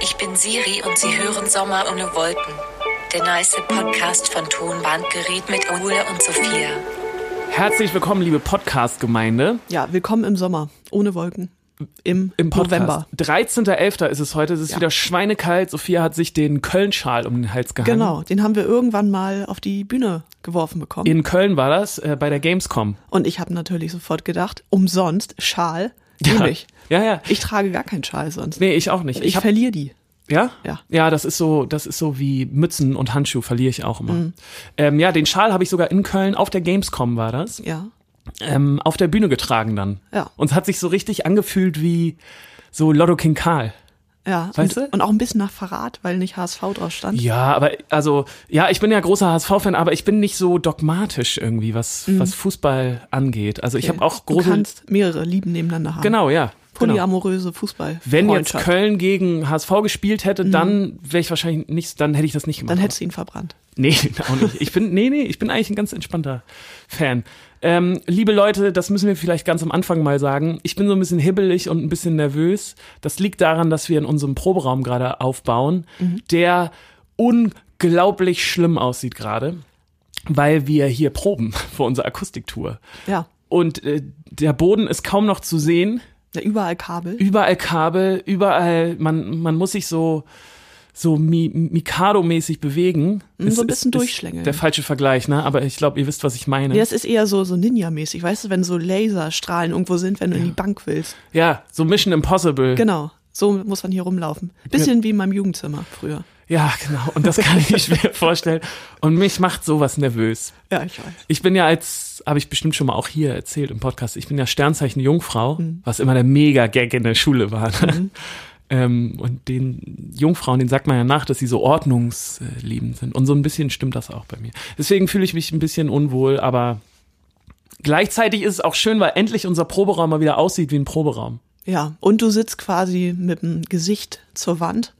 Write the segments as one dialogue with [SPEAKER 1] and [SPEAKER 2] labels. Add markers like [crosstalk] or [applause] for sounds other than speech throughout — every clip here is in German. [SPEAKER 1] Ich bin Siri und Sie hören Sommer ohne Wolken. Der nice Podcast von Tonbandgerät mit Ole und Sophia.
[SPEAKER 2] Herzlich willkommen, liebe Podcast-Gemeinde.
[SPEAKER 3] Ja, willkommen im Sommer. Ohne Wolken. Im,
[SPEAKER 2] Im Podcast.
[SPEAKER 3] November.
[SPEAKER 2] 13.11. ist es heute. Es ist
[SPEAKER 3] Ja.
[SPEAKER 2] wieder schweinekalt. Sophia hat sich den Köln-Schal um den Hals gehangen.
[SPEAKER 3] Genau, den haben wir irgendwann mal auf die Bühne geworfen bekommen.
[SPEAKER 2] In Köln war das, äh, bei der Gamescom.
[SPEAKER 3] Und ich habe natürlich sofort gedacht, umsonst, Schal, nehme ich.
[SPEAKER 2] Ja, ja.
[SPEAKER 3] Ich trage gar keinen Schal sonst.
[SPEAKER 2] Nee, ich auch nicht.
[SPEAKER 3] ich
[SPEAKER 2] Ich hab,
[SPEAKER 3] verliere die.
[SPEAKER 2] ja?
[SPEAKER 3] Ja.
[SPEAKER 2] Ja, das ist so, das ist so wie Mützen und Handschuhe verliere ich auch immer.
[SPEAKER 3] Mhm.
[SPEAKER 2] Ähm, ja, den Schal habe ich sogar in Köln auf der Gamescom war das,
[SPEAKER 3] Ja.
[SPEAKER 2] ähm, auf der Bühne getragen dann.
[SPEAKER 3] Ja.
[SPEAKER 2] Und es hat sich so richtig angefühlt wie so Lotto King Karl.
[SPEAKER 3] Ja.
[SPEAKER 2] Weißt
[SPEAKER 3] und,
[SPEAKER 2] du?
[SPEAKER 3] und auch ein bisschen nach Verrat, weil nicht HSV draus stand.
[SPEAKER 2] Ja, aber also ja, ich bin ja großer HSV-Fan, aber ich bin nicht so dogmatisch irgendwie, was was Fußball angeht. Also ich habe auch
[SPEAKER 3] Mhm. du
[SPEAKER 2] große
[SPEAKER 3] kannst mehrere Lieben nebeneinander haben.
[SPEAKER 2] genau ja. Genau.
[SPEAKER 3] Polyamoröse Fußball.
[SPEAKER 2] Wenn jetzt
[SPEAKER 3] Freundschaft. Mhm.
[SPEAKER 2] Köln gegen HSV gespielt hätte, dann wäre ich wahrscheinlich nicht, dann hätte ich das nicht gemacht.
[SPEAKER 3] Dann hättest du ihn verbrannt.
[SPEAKER 2] Nee, [laughs] auch nicht. Ich bin, nee, nee, ich bin eigentlich ein ganz entspannter Fan. Ähm, liebe Leute, das müssen wir vielleicht ganz am Anfang mal sagen. Ich bin so ein bisschen hibbelig und ein bisschen nervös. Das liegt daran, dass wir in unserem Proberaum gerade aufbauen, der unglaublich schlimm aussieht gerade, weil wir hier proben [laughs] für unsere Akustiktour.
[SPEAKER 3] Ja.
[SPEAKER 2] Und äh, der Boden ist kaum noch zu sehen
[SPEAKER 3] ja. Überall Kabel.
[SPEAKER 2] überall Kabel, überall, man, man muss sich so, so Mi Mikado-mäßig bewegen.
[SPEAKER 3] Mm, so
[SPEAKER 2] Ist-
[SPEAKER 3] ein bisschen
[SPEAKER 2] ist- ist
[SPEAKER 3] durchschlängeln.
[SPEAKER 2] Der falsche Vergleich, ne? Aber ich glaube, ihr wisst, was ich meine.
[SPEAKER 3] Ja, es ist eher so, so Ninja-mäßig, weißt du, wenn so Laserstrahlen irgendwo sind, wenn du in die Bank willst.
[SPEAKER 2] Ja, so Mission Impossible.
[SPEAKER 3] Genau. So muss man hier rumlaufen. Bisschen wie in meinem Jugendzimmer früher.
[SPEAKER 2] Ja, genau. Und das kann ich mir [laughs] vorstellen. Und mich macht sowas nervös.
[SPEAKER 3] Ja, ich weiß.
[SPEAKER 2] Ich bin ja als, habe ich bestimmt schon mal auch hier erzählt im Podcast, ich bin ja Sternzeichen Jungfrau, was immer der Mega-Gag in der Schule war. Ne? Ähm, und den Jungfrauen, den sagt man ja nach, dass sie so ordnungsliebend sind. Und so ein bisschen stimmt das auch bei mir. Deswegen fühle ich mich ein bisschen unwohl, aber gleichzeitig ist es auch schön, weil endlich unser Proberaum mal wieder aussieht wie ein Proberaum.
[SPEAKER 3] Ja, und du sitzt quasi mit dem Gesicht zur Wand.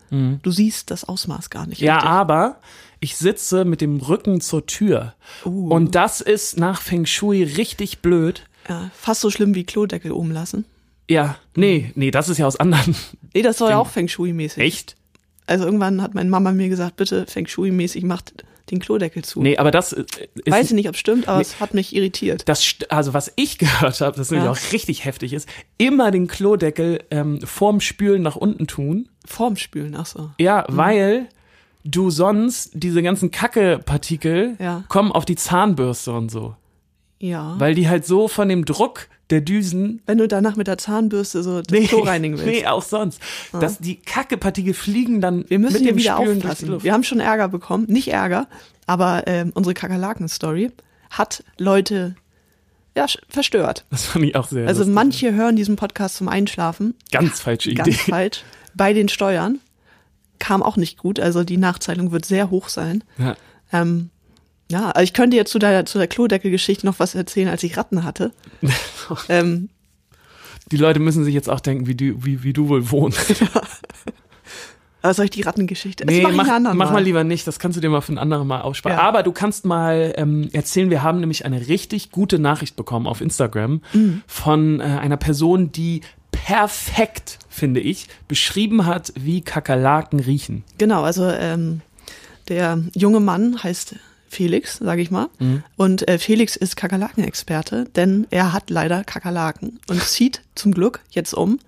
[SPEAKER 3] Du siehst das Ausmaß gar nicht.
[SPEAKER 2] Mhm. Ja,
[SPEAKER 3] richtig.
[SPEAKER 2] aber ich sitze mit dem Rücken zur Tür. Und das ist nach Feng Shui richtig blöd.
[SPEAKER 3] ja. Fast so schlimm wie Klodeckel oben lassen.
[SPEAKER 2] Ja, nee, nee, das ist ja aus anderen. [laughs]
[SPEAKER 3] Nee, das soll ja auch Feng Shui-mäßig.
[SPEAKER 2] Echt?
[SPEAKER 3] Also irgendwann hat meine Mama mir gesagt, bitte Feng Shui-mäßig macht den Klodeckel zu.
[SPEAKER 2] Nee, aber das äh, ist.
[SPEAKER 3] Weiß ich nicht, ob es stimmt, aber es hat mich irritiert.
[SPEAKER 2] das, st- also was ich [laughs] gehört habe, das nämlich
[SPEAKER 3] Ja.
[SPEAKER 2] auch richtig heftig ist, immer den Klodeckel ähm, vorm Spülen nach unten tun.
[SPEAKER 3] Vorm Spülen, ach so.
[SPEAKER 2] Ja, weil du sonst diese ganzen Kacke-Partikel
[SPEAKER 3] Ja.
[SPEAKER 2] kommen auf die Zahnbürste und so.
[SPEAKER 3] Ja.
[SPEAKER 2] Weil die halt so von dem Druck der Düsen.
[SPEAKER 3] Wenn du danach mit der Zahnbürste so das Klo reinigen [laughs] willst.
[SPEAKER 2] Nee, auch sonst. Dass die Kacke-Partikel fliegen dann
[SPEAKER 3] Wir müssen
[SPEAKER 2] mit
[SPEAKER 3] hier
[SPEAKER 2] dem
[SPEAKER 3] wieder
[SPEAKER 2] Spülen durch die
[SPEAKER 3] aufpassen.
[SPEAKER 2] Luft.
[SPEAKER 3] Wir haben schon Ärger bekommen. Nicht Ärger, aber ähm, unsere Kakerlaken-Story hat Leute ja, sch- verstört.
[SPEAKER 2] Das fand ich auch sehr
[SPEAKER 3] Also
[SPEAKER 2] lustig.
[SPEAKER 3] manche hören diesen Podcast zum Einschlafen.
[SPEAKER 2] Ganz falsche Idee.
[SPEAKER 3] Ganz falsch. Bei den Steuern kam auch nicht gut. Also die Nachzahlung wird sehr hoch sein.
[SPEAKER 2] [laughs] Ja.
[SPEAKER 3] Ähm, ja, also ich könnte jetzt zu der, zu der Klodeckel-Geschichte noch was erzählen, als ich Ratten
[SPEAKER 2] [laughs]
[SPEAKER 3] hatte. ähm,
[SPEAKER 2] Die Leute müssen sich jetzt auch denken, wie du, wie, wie du wohl wohnst.
[SPEAKER 3] aber soll ich die Rattengeschichte?
[SPEAKER 2] Nee,
[SPEAKER 3] das
[SPEAKER 2] mach,
[SPEAKER 3] mach, ich einen anderen
[SPEAKER 2] mach mal lieber nicht. Das kannst du dir mal für ein anderes Mal aufsparen.
[SPEAKER 3] Ja.
[SPEAKER 2] Aber du kannst mal ähm, erzählen, wir haben nämlich eine richtig gute Nachricht bekommen auf Instagram
[SPEAKER 3] Mhm.
[SPEAKER 2] von äh, einer Person, die perfekt, finde ich, beschrieben hat, wie Kakerlaken riechen.
[SPEAKER 3] Genau, also ähm, der junge Mann heißt Felix, sage ich mal.
[SPEAKER 2] Mhm.
[SPEAKER 3] Und äh, Felix ist Kakerlakenexperte, denn er hat leider Kakerlaken und zieht zum Glück jetzt um.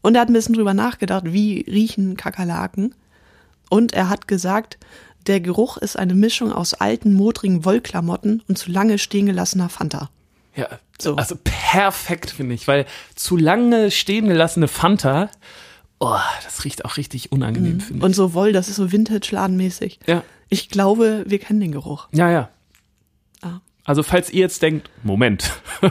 [SPEAKER 3] Und er hat ein bisschen drüber nachgedacht, wie riechen Kakerlaken. Und er hat gesagt, der Geruch ist eine Mischung aus alten, modrigen Wollklamotten und zu lange stehen gelassener Fanta.
[SPEAKER 2] Ja,
[SPEAKER 3] So.
[SPEAKER 2] also perfekt, finde ich, weil zu lange stehen gelassene Fanta, oh, das riecht auch richtig
[SPEAKER 3] Mhm.
[SPEAKER 2] unangenehm, finde
[SPEAKER 3] Und so Woll, das ist so Vintage-Ladenmäßig.
[SPEAKER 2] ich. Ja.
[SPEAKER 3] Ich glaube, wir kennen den Geruch.
[SPEAKER 2] Ja, ja.
[SPEAKER 3] Ah.
[SPEAKER 2] Also falls ihr jetzt denkt, Moment, [laughs]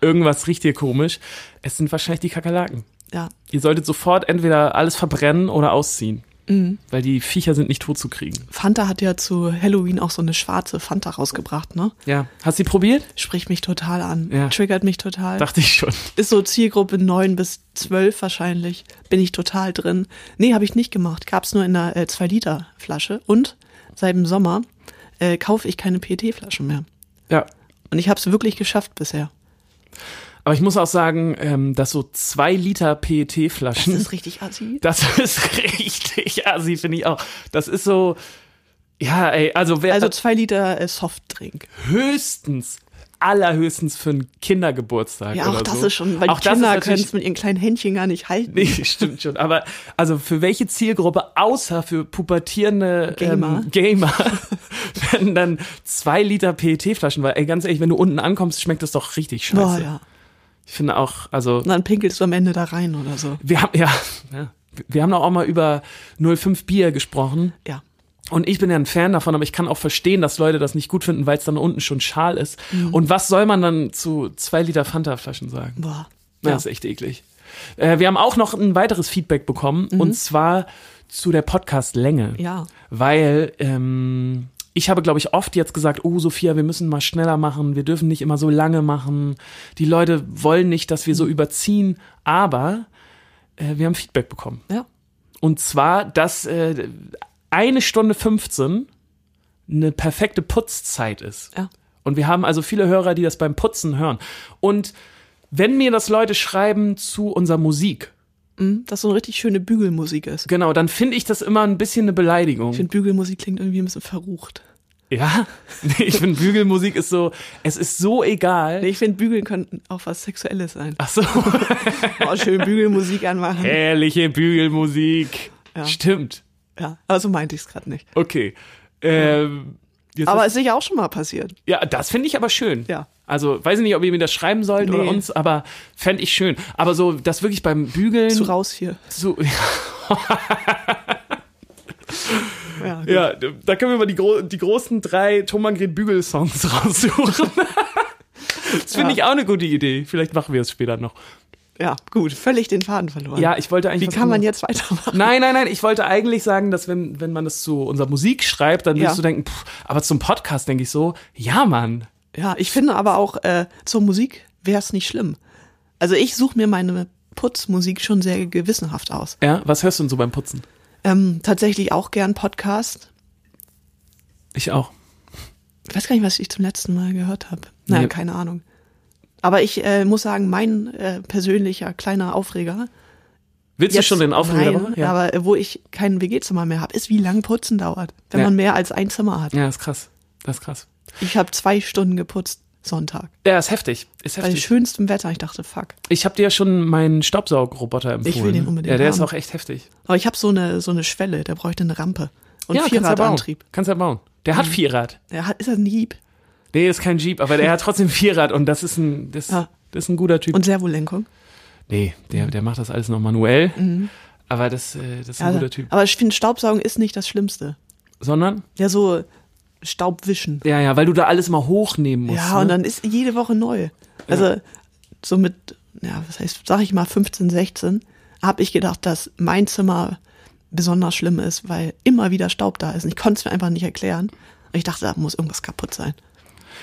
[SPEAKER 2] irgendwas riecht hier komisch, es sind wahrscheinlich die Kakerlaken.
[SPEAKER 3] Ja,
[SPEAKER 2] Ihr solltet sofort entweder alles verbrennen oder ausziehen,
[SPEAKER 3] Mhm.
[SPEAKER 2] weil die Viecher sind nicht tot zu kriegen.
[SPEAKER 3] Fanta hat ja zu Halloween auch so eine schwarze Fanta rausgebracht, ne?
[SPEAKER 2] Ja, hast du die probiert?
[SPEAKER 3] Spricht mich total an,
[SPEAKER 2] Ja.
[SPEAKER 3] triggert mich total.
[SPEAKER 2] Dachte ich schon.
[SPEAKER 3] Ist so Zielgruppe 9 bis 12 wahrscheinlich, bin ich total drin. Nee, habe ich nicht gemacht, gab's nur in einer äh, 2-Liter-Flasche. Und seit dem Sommer äh, kaufe ich keine PET-Flaschen mehr.
[SPEAKER 2] Ja,
[SPEAKER 3] Und ich habe es wirklich geschafft bisher.
[SPEAKER 2] Aber ich muss auch sagen, ähm, dass so zwei Liter
[SPEAKER 3] Das
[SPEAKER 2] PET-Flaschen,
[SPEAKER 3] ist richtig assi.
[SPEAKER 2] [laughs] das ist richtig assi, finde ich auch. Das ist so, ja, ey, also wer
[SPEAKER 3] Also zwei Liter äh, Softdrink.
[SPEAKER 2] höchstens, allerhöchstens für einen Kindergeburtstag
[SPEAKER 3] Ja,
[SPEAKER 2] oder
[SPEAKER 3] auch das
[SPEAKER 2] so.
[SPEAKER 3] ist schon, weil
[SPEAKER 2] Auch
[SPEAKER 3] die
[SPEAKER 2] das ist
[SPEAKER 3] Kinder können
[SPEAKER 2] natürlich-
[SPEAKER 3] es mit ihren kleinen Händchen gar nicht halten.
[SPEAKER 2] Nee, [laughs] stimmt schon. Aber also für welche Zielgruppe außer für pubertierende
[SPEAKER 3] Gamer.
[SPEAKER 2] ähm, Gamer [laughs] werden dann zwei Liter PET-Flaschen? Weil ey, ganz ehrlich, wenn du unten ankommst, schmeckt das doch richtig scheiße.
[SPEAKER 3] Boah, ja.
[SPEAKER 2] Ich finde auch, also
[SPEAKER 3] Und dann pinkelst du am Ende da rein oder so.
[SPEAKER 2] wir haben ja, ja wir haben doch auch mal über 05 Bier gesprochen.
[SPEAKER 3] Ja.
[SPEAKER 2] Und ich bin ja ein Fan davon, aber ich kann auch verstehen, dass Leute das nicht gut finden, weil es dann unten schon schal ist.
[SPEAKER 3] Mhm.
[SPEAKER 2] Und was soll man dann zu zwei Liter Fanta-Flaschen sagen?
[SPEAKER 3] Boah.
[SPEAKER 2] Ja.
[SPEAKER 3] Ja.
[SPEAKER 2] Das ist echt eklig. Äh, wir haben auch noch ein weiteres Feedback bekommen und zwar zu der Podcast-Länge.
[SPEAKER 3] Mhm. Ja.
[SPEAKER 2] Weil ähm, ich habe, glaube ich, oft jetzt gesagt, oh Sophia, wir müssen mal schneller machen, wir dürfen nicht immer so lange machen. Die Leute wollen nicht, dass wir
[SPEAKER 3] Mhm.
[SPEAKER 2] so überziehen, aber äh, wir haben Feedback bekommen.
[SPEAKER 3] Ja.
[SPEAKER 2] Und zwar, dass äh, eine Stunde 15 eine perfekte Putzzeit ist.
[SPEAKER 3] Ja.
[SPEAKER 2] Und wir haben also viele Hörer, die das beim Putzen hören. Und wenn mir das Leute schreiben zu unserer Musik,
[SPEAKER 3] Mhm, Dass so eine richtig schöne Bügelmusik ist.
[SPEAKER 2] genau, dann finde ich das immer ein bisschen eine Beleidigung.
[SPEAKER 3] Ich finde, Bügelmusik klingt irgendwie ein bisschen verrucht.
[SPEAKER 2] ja, [laughs] Nee, ich finde Bügelmusik ist so, es ist so egal.
[SPEAKER 3] Nee, ich finde, Bügeln könnten auch was
[SPEAKER 2] [laughs]
[SPEAKER 3] Sexuelles sein.
[SPEAKER 2] Ach so,
[SPEAKER 3] Oh, schön Bügelmusik anmachen.
[SPEAKER 2] herrliche Bügelmusik.
[SPEAKER 3] Ja.
[SPEAKER 2] Stimmt.
[SPEAKER 3] Ja, aber so meinte ich es gerade nicht.
[SPEAKER 2] Okay. Ähm, jetzt
[SPEAKER 3] Aber
[SPEAKER 2] hast-
[SPEAKER 3] ist sicher auch schon mal passiert.
[SPEAKER 2] Ja, das finde ich aber schön.
[SPEAKER 3] Ja.
[SPEAKER 2] Also, weiß ich nicht, ob ihr mir das schreiben sollt oder
[SPEAKER 3] Nee.
[SPEAKER 2] uns, aber fände ich schön. Aber so, das wirklich beim Bügeln.
[SPEAKER 3] Zu raus hier.
[SPEAKER 2] zu, [laughs]
[SPEAKER 3] Ja, gut.
[SPEAKER 2] ja, da können wir mal die, gro die großen drei Tomangret Bügel-Songs [laughs] raussuchen. das finde
[SPEAKER 3] Ja.
[SPEAKER 2] ich auch eine gute Idee. Vielleicht machen wir es später noch.
[SPEAKER 3] ja, gut. Völlig den Faden verloren.
[SPEAKER 2] Ja, ich wollte eigentlich.
[SPEAKER 3] Wie
[SPEAKER 2] was
[SPEAKER 3] kann man
[SPEAKER 2] anderes-
[SPEAKER 3] jetzt weitermachen?
[SPEAKER 2] Nein, nein, nein, ich wollte eigentlich sagen, dass wenn, wenn man das zu unserer Musik schreibt, dann würdest
[SPEAKER 3] Ja.
[SPEAKER 2] du denken, pff, aber zum Podcast denke ich so, ja, Mann.
[SPEAKER 3] Ja, ich finde aber auch, äh, zur Musik wäre es nicht schlimm. Also ich suche mir meine Putzmusik schon sehr gewissenhaft aus.
[SPEAKER 2] Ja, was hörst du denn so beim Putzen?
[SPEAKER 3] Ähm, tatsächlich auch gern Podcast.
[SPEAKER 2] Ich auch.
[SPEAKER 3] Ich weiß gar nicht, was ich zum letzten Mal gehört habe. Nein,
[SPEAKER 2] Nee.
[SPEAKER 3] keine Ahnung. Aber ich äh, muss sagen, mein äh, persönlicher kleiner Aufreger.
[SPEAKER 2] Willst du schon den Aufreger?
[SPEAKER 3] Nein,
[SPEAKER 2] machen? ja.
[SPEAKER 3] aber äh, wo ich kein WG-Zimmer mehr habe, ist wie lang Putzen dauert, wenn
[SPEAKER 2] Ja.
[SPEAKER 3] man mehr als ein Zimmer hat.
[SPEAKER 2] ja, ist krass. Das ist krass.
[SPEAKER 3] Ich habe zwei Stunden geputzt Sonntag.
[SPEAKER 2] Ja, ist heftig. Ist
[SPEAKER 3] Bei
[SPEAKER 2] heftig.
[SPEAKER 3] schönstem Wetter. Ich dachte, fuck.
[SPEAKER 2] Ich habe dir ja schon meinen Staubsaugroboter empfohlen.
[SPEAKER 3] will den unbedingt
[SPEAKER 2] Ja, der ist
[SPEAKER 3] haben.
[SPEAKER 2] auch echt heftig.
[SPEAKER 3] Aber ich habe so eine, so eine Schwelle, der bräuchte eine Rampe. Und
[SPEAKER 2] ja,
[SPEAKER 3] Vierradantrieb. Mhm.
[SPEAKER 2] Kannst ja bauen. Der hat Vierrad.
[SPEAKER 3] Er hat, ist das ein Hieb.
[SPEAKER 2] Nee, ist kein Jeep, aber der hat trotzdem [laughs] Vierrad und das ist ein, das,
[SPEAKER 3] Ja.
[SPEAKER 2] das ist ein guter Typ.
[SPEAKER 3] Und Servolenkung.
[SPEAKER 2] nee, der, der macht das alles noch manuell.
[SPEAKER 3] Mhm.
[SPEAKER 2] Aber das, äh, das ist ein
[SPEAKER 3] Also,
[SPEAKER 2] guter Typ.
[SPEAKER 3] aber ich finde, Staubsaugen ist nicht das Schlimmste.
[SPEAKER 2] Sondern?
[SPEAKER 3] Ja, so Staubwischen.
[SPEAKER 2] Ja, ja, weil du da alles mal hochnehmen musst.
[SPEAKER 3] Ja, und
[SPEAKER 2] ne?
[SPEAKER 3] dann ist jede Woche neu. Also so mit, ja, was heißt, sag ich mal 15, 16, habe ich gedacht, dass mein Zimmer besonders schlimm ist, weil immer wieder Staub da ist. Und ich konnte es mir einfach nicht erklären. Und ich dachte, da muss irgendwas kaputt sein.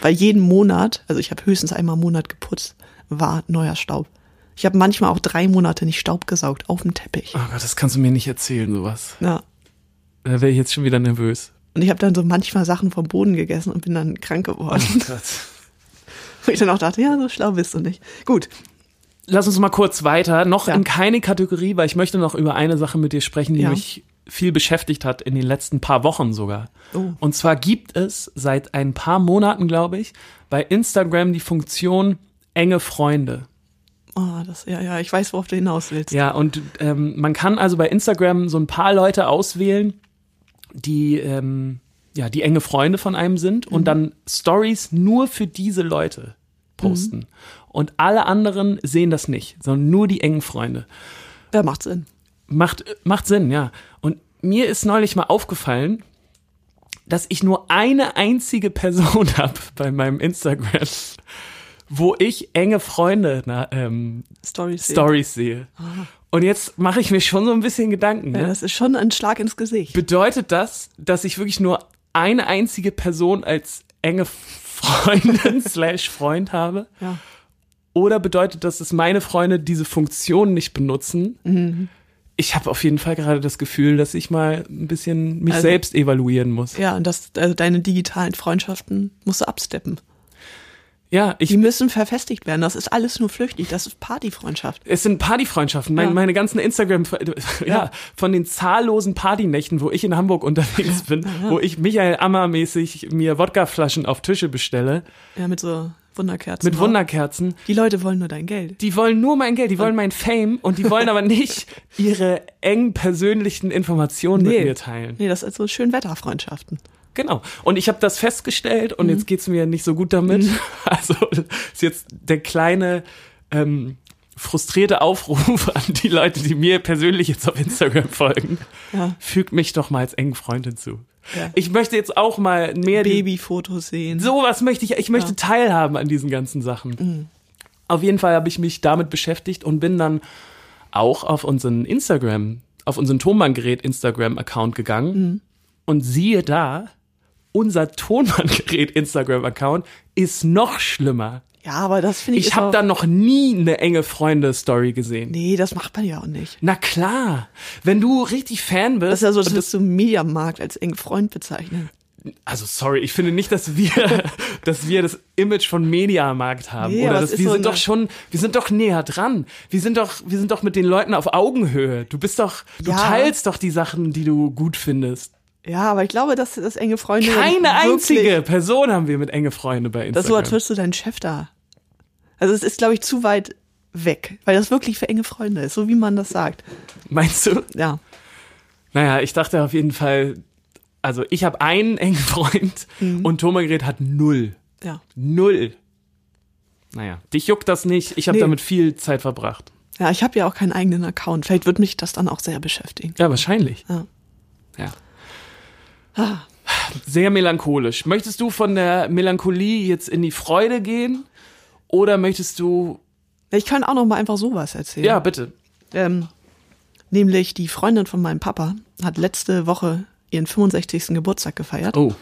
[SPEAKER 3] Weil jeden Monat, also ich habe höchstens einmal im Monat geputzt, war neuer Staub. Ich habe manchmal auch drei Monate nicht Staub gesaugt auf dem Teppich.
[SPEAKER 2] Oh Gott, das kannst du mir nicht erzählen, sowas.
[SPEAKER 3] Ja.
[SPEAKER 2] Da wäre ich jetzt schon wieder nervös.
[SPEAKER 3] Und ich habe dann so manchmal Sachen vom Boden gegessen und bin dann
[SPEAKER 2] [laughs]
[SPEAKER 3] krank geworden.
[SPEAKER 2] Oh Gott.
[SPEAKER 3] Wo ich dann auch dachte, ja, so schlau bist du nicht. Gut,
[SPEAKER 2] Lass uns mal kurz weiter. Noch
[SPEAKER 3] Ja.
[SPEAKER 2] in keine Kategorie, weil ich möchte noch über eine Sache mit dir sprechen, die
[SPEAKER 3] Ja.
[SPEAKER 2] mich viel beschäftigt hat in den letzten paar Wochen sogar.
[SPEAKER 3] Oh.
[SPEAKER 2] Und zwar gibt es seit ein paar Monaten, glaube ich, bei Instagram die Funktion enge Freunde.
[SPEAKER 3] Ah, das, ja, ja, ich weiß, worauf du hinaus willst.
[SPEAKER 2] Ja, und ähm, man kann also bei Instagram so ein paar Leute auswählen, die ähm, ja die enge Freunde von einem sind
[SPEAKER 3] Mhm.
[SPEAKER 2] und dann Stories nur für diese Leute posten. Und alle anderen sehen das nicht, sondern nur die engen Freunde.
[SPEAKER 3] Da macht Sinn.
[SPEAKER 2] Macht, macht Sinn, ja. Und mir ist neulich mal aufgefallen, dass ich nur eine einzige Person [laughs] habe bei meinem Instagram, wo ich enge Freunde na, ähm,
[SPEAKER 3] Stories.
[SPEAKER 2] Stories sehe. Und jetzt mache ich mir schon so ein bisschen Gedanken.
[SPEAKER 3] Ja,
[SPEAKER 2] Ne?
[SPEAKER 3] das ist schon ein Schlag ins Gesicht.
[SPEAKER 2] Bedeutet das, dass ich wirklich nur eine einzige Person als enge Freundin [laughs] slash Freund habe?
[SPEAKER 3] Ja.
[SPEAKER 2] Oder bedeutet das, dass meine Freunde diese Funktion nicht benutzen?
[SPEAKER 3] Mhm.
[SPEAKER 2] Ich habe auf jeden Fall gerade das Gefühl, dass ich mal ein bisschen mich
[SPEAKER 3] Also-
[SPEAKER 2] selbst evaluieren muss.
[SPEAKER 3] Ja, und das, also deine digitalen Freundschaften musst du absteppen.
[SPEAKER 2] Ja, ich,
[SPEAKER 3] Die müssen verfestigt werden. Das ist alles nur flüchtig. Das ist Partyfreundschaft.
[SPEAKER 2] Es sind Partyfreundschaften. Mein,
[SPEAKER 3] Ja.
[SPEAKER 2] Meine ganzen Instagram, [laughs] ja, von den zahllosen Partynächten, wo ich in Hamburg unterwegs bin, wo ich Michael Ammer-mäßig mir Wodkaflaschen auf Tische bestelle
[SPEAKER 3] Ja, mit so Wunderkerzen.
[SPEAKER 2] mit Wunderkerzen.
[SPEAKER 3] Die Leute wollen nur dein Geld.
[SPEAKER 2] Die wollen nur mein Geld, die wollen mein Fame und die wollen aber
[SPEAKER 3] [laughs]
[SPEAKER 2] nicht ihre eng persönlichen Informationen mit mir teilen.
[SPEAKER 3] Nee, das ist so schön Wetterfreundschaften.
[SPEAKER 2] Genau. Und ich habe das festgestellt und
[SPEAKER 3] Mhm.
[SPEAKER 2] jetzt geht's mir nicht so gut damit. [laughs] Also ist jetzt der kleine ähm, frustrierte Aufruf [laughs] an die Leute, die mir persönlich jetzt auf Instagram folgen.
[SPEAKER 3] Ja.
[SPEAKER 2] Fügt mich doch mal als engen Freund hinzu.
[SPEAKER 3] Ja.
[SPEAKER 2] Ich möchte jetzt auch mal mehr die-
[SPEAKER 3] Babyfotos sehen.
[SPEAKER 2] Sowas möchte ich, ich möchte
[SPEAKER 3] Ja. Mhm.
[SPEAKER 2] teilhaben an diesen ganzen Sachen. Auf jeden Fall habe ich mich damit beschäftigt und bin dann auch auf unseren Instagram, auf unseren Tonbandgerät Instagram-Account gegangen.
[SPEAKER 3] Mhm.
[SPEAKER 2] Und siehe da, unser Tonbandgerät Instagram-Account ist noch schlimmer.
[SPEAKER 3] Ja, aber das finde ich.
[SPEAKER 2] Ich
[SPEAKER 3] ist
[SPEAKER 2] habe
[SPEAKER 3] auch-
[SPEAKER 2] da noch nie eine enge Freunde-Story gesehen.
[SPEAKER 3] Nee, das macht man ja auch nicht.
[SPEAKER 2] Na klar, wenn du richtig Fan bist.
[SPEAKER 3] Das ist ja so,
[SPEAKER 2] und
[SPEAKER 3] das wirst du im Mediamarkt als engen Freund bezeichnen.
[SPEAKER 2] Also sorry, ich finde nicht, dass wir,
[SPEAKER 3] [laughs]
[SPEAKER 2] dass wir das Image von Mediamarkt haben.
[SPEAKER 3] Nee,
[SPEAKER 2] Oder
[SPEAKER 3] aber
[SPEAKER 2] dass
[SPEAKER 3] es ist
[SPEAKER 2] wir
[SPEAKER 3] so
[SPEAKER 2] sind
[SPEAKER 3] eine-
[SPEAKER 2] doch schon, wir sind doch näher dran. Wir sind doch, wir sind doch mit den Leuten auf Augenhöhe. Du bist doch, du
[SPEAKER 3] Ja.
[SPEAKER 2] teilst doch die Sachen, die du gut findest.
[SPEAKER 3] Ja, aber ich glaube, dass das enge Freunde.
[SPEAKER 2] Keine
[SPEAKER 3] wirklich-
[SPEAKER 2] einzige Person haben wir mit enge Freunde bei
[SPEAKER 3] Das ist so,
[SPEAKER 2] Instagram.
[SPEAKER 3] als würdest du deinen Chef da. Also es ist, glaube ich, zu weit weg, weil das wirklich für enge Freunde ist, so wie man das sagt.
[SPEAKER 2] Meinst du?
[SPEAKER 3] Ja.
[SPEAKER 2] Naja, ich dachte auf jeden Fall, also ich habe einen [laughs] engen Freund
[SPEAKER 3] Mhm.
[SPEAKER 2] und Thomas Gerät hat null.
[SPEAKER 3] Ja.
[SPEAKER 2] Null. Naja, dich juckt das nicht. Ich habe
[SPEAKER 3] Nee.
[SPEAKER 2] damit viel Zeit verbracht.
[SPEAKER 3] Ja, ich habe ja auch keinen eigenen Account. Vielleicht wird mich das dann auch sehr beschäftigen.
[SPEAKER 2] Ja, wahrscheinlich.
[SPEAKER 3] Ja. Ah.
[SPEAKER 2] Ja. Sehr melancholisch. Möchtest du von der Melancholie jetzt in die Freude gehen? Oder möchtest du.
[SPEAKER 3] Ich kann auch noch mal einfach sowas erzählen.
[SPEAKER 2] Ja, bitte.
[SPEAKER 3] Ähm, nämlich die Freundin von meinem Papa hat letzte Woche ihren 65. Geburtstag gefeiert.
[SPEAKER 2] Oh.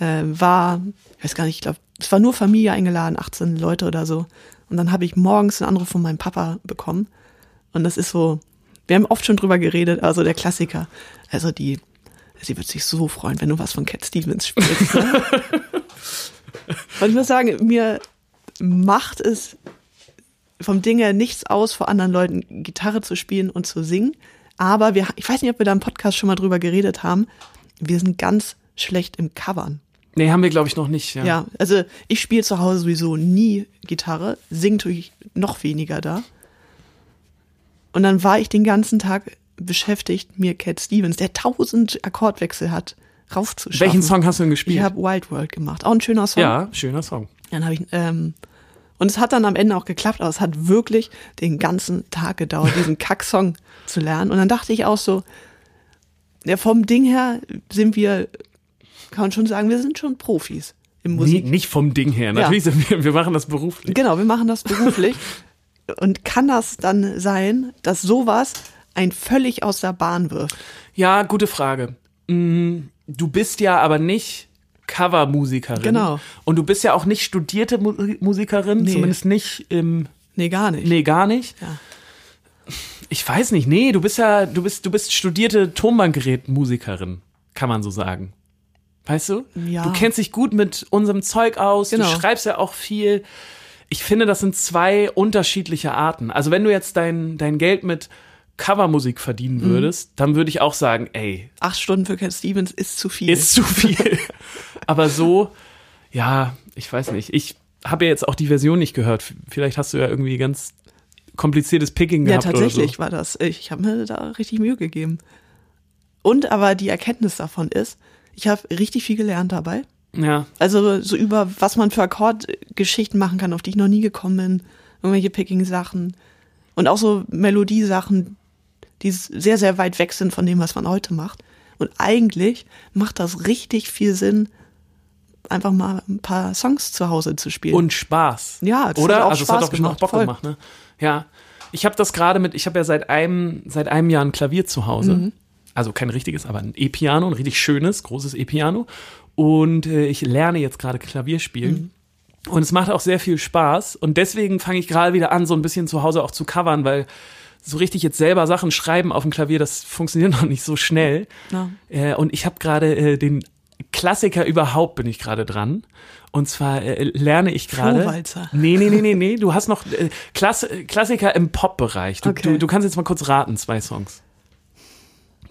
[SPEAKER 3] ähm, war, ich weiß gar nicht, ich glaube, es war nur Familie eingeladen, 18 Leute oder so. Und dann habe ich morgens einen Anruf von meinem Papa bekommen. Und das ist so, wir haben oft schon drüber geredet, also der Klassiker. Also die, sie wird sich so freuen, wenn du was von Cat Stevens spielst. Ne? Und ich muss sagen, mir macht es vom Ding her nichts aus, vor anderen Leuten Gitarre zu spielen und zu singen. Aber wir, ich weiß nicht, ob wir da im Podcast schon mal drüber geredet haben. Wir sind ganz schlecht im Covern.
[SPEAKER 2] Nee, haben wir, glaube ich, noch nicht. Ja.
[SPEAKER 3] Ja, also ich spiele zu Hause sowieso nie Gitarre, singe tue ich noch weniger da. Und dann war ich den ganzen Tag beschäftigt, mir Cat Stevens, der tausend Akkordwechsel hat, raufzuschaffen.
[SPEAKER 2] Welchen Song hast du denn
[SPEAKER 3] Ich
[SPEAKER 2] gespielt?
[SPEAKER 3] habe Wild World gemacht, auch ein schöner Song.
[SPEAKER 2] ja, schöner Song.
[SPEAKER 3] Dann habe ich, ähm, und es hat dann am Ende auch geklappt, aber es hat wirklich den ganzen Tag gedauert,
[SPEAKER 2] [laughs]
[SPEAKER 3] diesen Kacksong zu lernen. Und dann dachte ich auch so, ja, vom Ding her sind wir, kann man schon sagen, wir sind schon Profis im
[SPEAKER 2] Nie,
[SPEAKER 3] Musik.
[SPEAKER 2] nicht vom Ding her. Natürlich sind wir, wir machen das beruflich.
[SPEAKER 3] Genau, wir machen
[SPEAKER 2] [laughs]
[SPEAKER 3] das beruflich. und kann das dann sein, dass sowas einen völlig aus der Bahn wirft?
[SPEAKER 2] Ja, gute Frage. Mm, Du bist ja aber nicht Covermusikerin.
[SPEAKER 3] Genau.
[SPEAKER 2] Und du bist ja auch nicht studierte Mu- Musikerin,
[SPEAKER 3] Nee.
[SPEAKER 2] zumindest nicht im
[SPEAKER 3] Nee, gar nicht.
[SPEAKER 2] Nee, gar nicht.
[SPEAKER 3] Ja.
[SPEAKER 2] Ich weiß nicht. Nee, du bist ja, du bist, du bist studierte Tonbandgerät-Musikerin, kann man so sagen. Weißt du?
[SPEAKER 3] Ja.
[SPEAKER 2] Du kennst dich gut mit unserem Zeug aus,
[SPEAKER 3] Genau.
[SPEAKER 2] du schreibst ja auch viel. Ich finde, das sind zwei unterschiedliche Arten. Also, wenn du jetzt dein, dein Geld mit Covermusik
[SPEAKER 3] Mhm.
[SPEAKER 2] verdienen würdest, dann würde ich auch sagen, ey,
[SPEAKER 3] Acht Stunden für Cat Stevens ist zu viel.
[SPEAKER 2] ist zu viel. [laughs] Aber so, ja, ich weiß nicht. Ich habe ja jetzt auch die Version nicht gehört. F- Vielleicht hast du ja irgendwie ganz kompliziertes Picking
[SPEAKER 3] Ja,
[SPEAKER 2] gehabt
[SPEAKER 3] tatsächlich
[SPEAKER 2] oder
[SPEAKER 3] war das. Ich habe mir da richtig Mühe gegeben. Und aber die Erkenntnis davon ist, ich habe richtig viel gelernt dabei.
[SPEAKER 2] so. Ja,
[SPEAKER 3] Also so über, was man für Akkordgeschichten machen kann, auf die ich noch nie gekommen bin. Irgendwelche Picking-Sachen. Und auch so Melodiesachen, die s- sehr, sehr weit weg sind von dem, was man heute macht. Und eigentlich macht das richtig viel Sinn, einfach mal ein paar Songs zu Hause zu spielen.
[SPEAKER 2] und Spaß.
[SPEAKER 3] Ja, das
[SPEAKER 2] oder?
[SPEAKER 3] hat auch
[SPEAKER 2] also es
[SPEAKER 3] Spaß
[SPEAKER 2] hat auch bestimmt auch
[SPEAKER 3] gemacht,
[SPEAKER 2] Bock
[SPEAKER 3] voll.
[SPEAKER 2] gemacht, ne? Ja. Ich habe das gerade mit, ich habe ja seit einem, seit einem Jahr ein Klavier zu Hause.
[SPEAKER 3] Mhm.
[SPEAKER 2] Also kein richtiges, aber ein E-Piano, ein richtig schönes, großes E-Piano. Und äh, ich lerne jetzt gerade Klavier
[SPEAKER 3] Mhm.
[SPEAKER 2] spielen. Und es macht auch sehr viel Spaß. Und deswegen fange ich gerade wieder an, so ein bisschen zu Hause auch zu covern, weil so richtig jetzt selber Sachen [laughs] schreiben auf dem Klavier, das funktioniert noch nicht so schnell.
[SPEAKER 3] Ja.
[SPEAKER 2] Äh, und ich habe gerade äh, den Klassiker überhaupt bin ich gerade dran. Und zwar äh, lerne ich gerade.
[SPEAKER 3] Flohwalzer.
[SPEAKER 2] Nee, nee, nee, nee, nee. Du hast noch äh, Klass Klassiker im Pop-Bereich. Du,
[SPEAKER 3] Okay.
[SPEAKER 2] du, du kannst jetzt mal kurz raten, zwei Songs.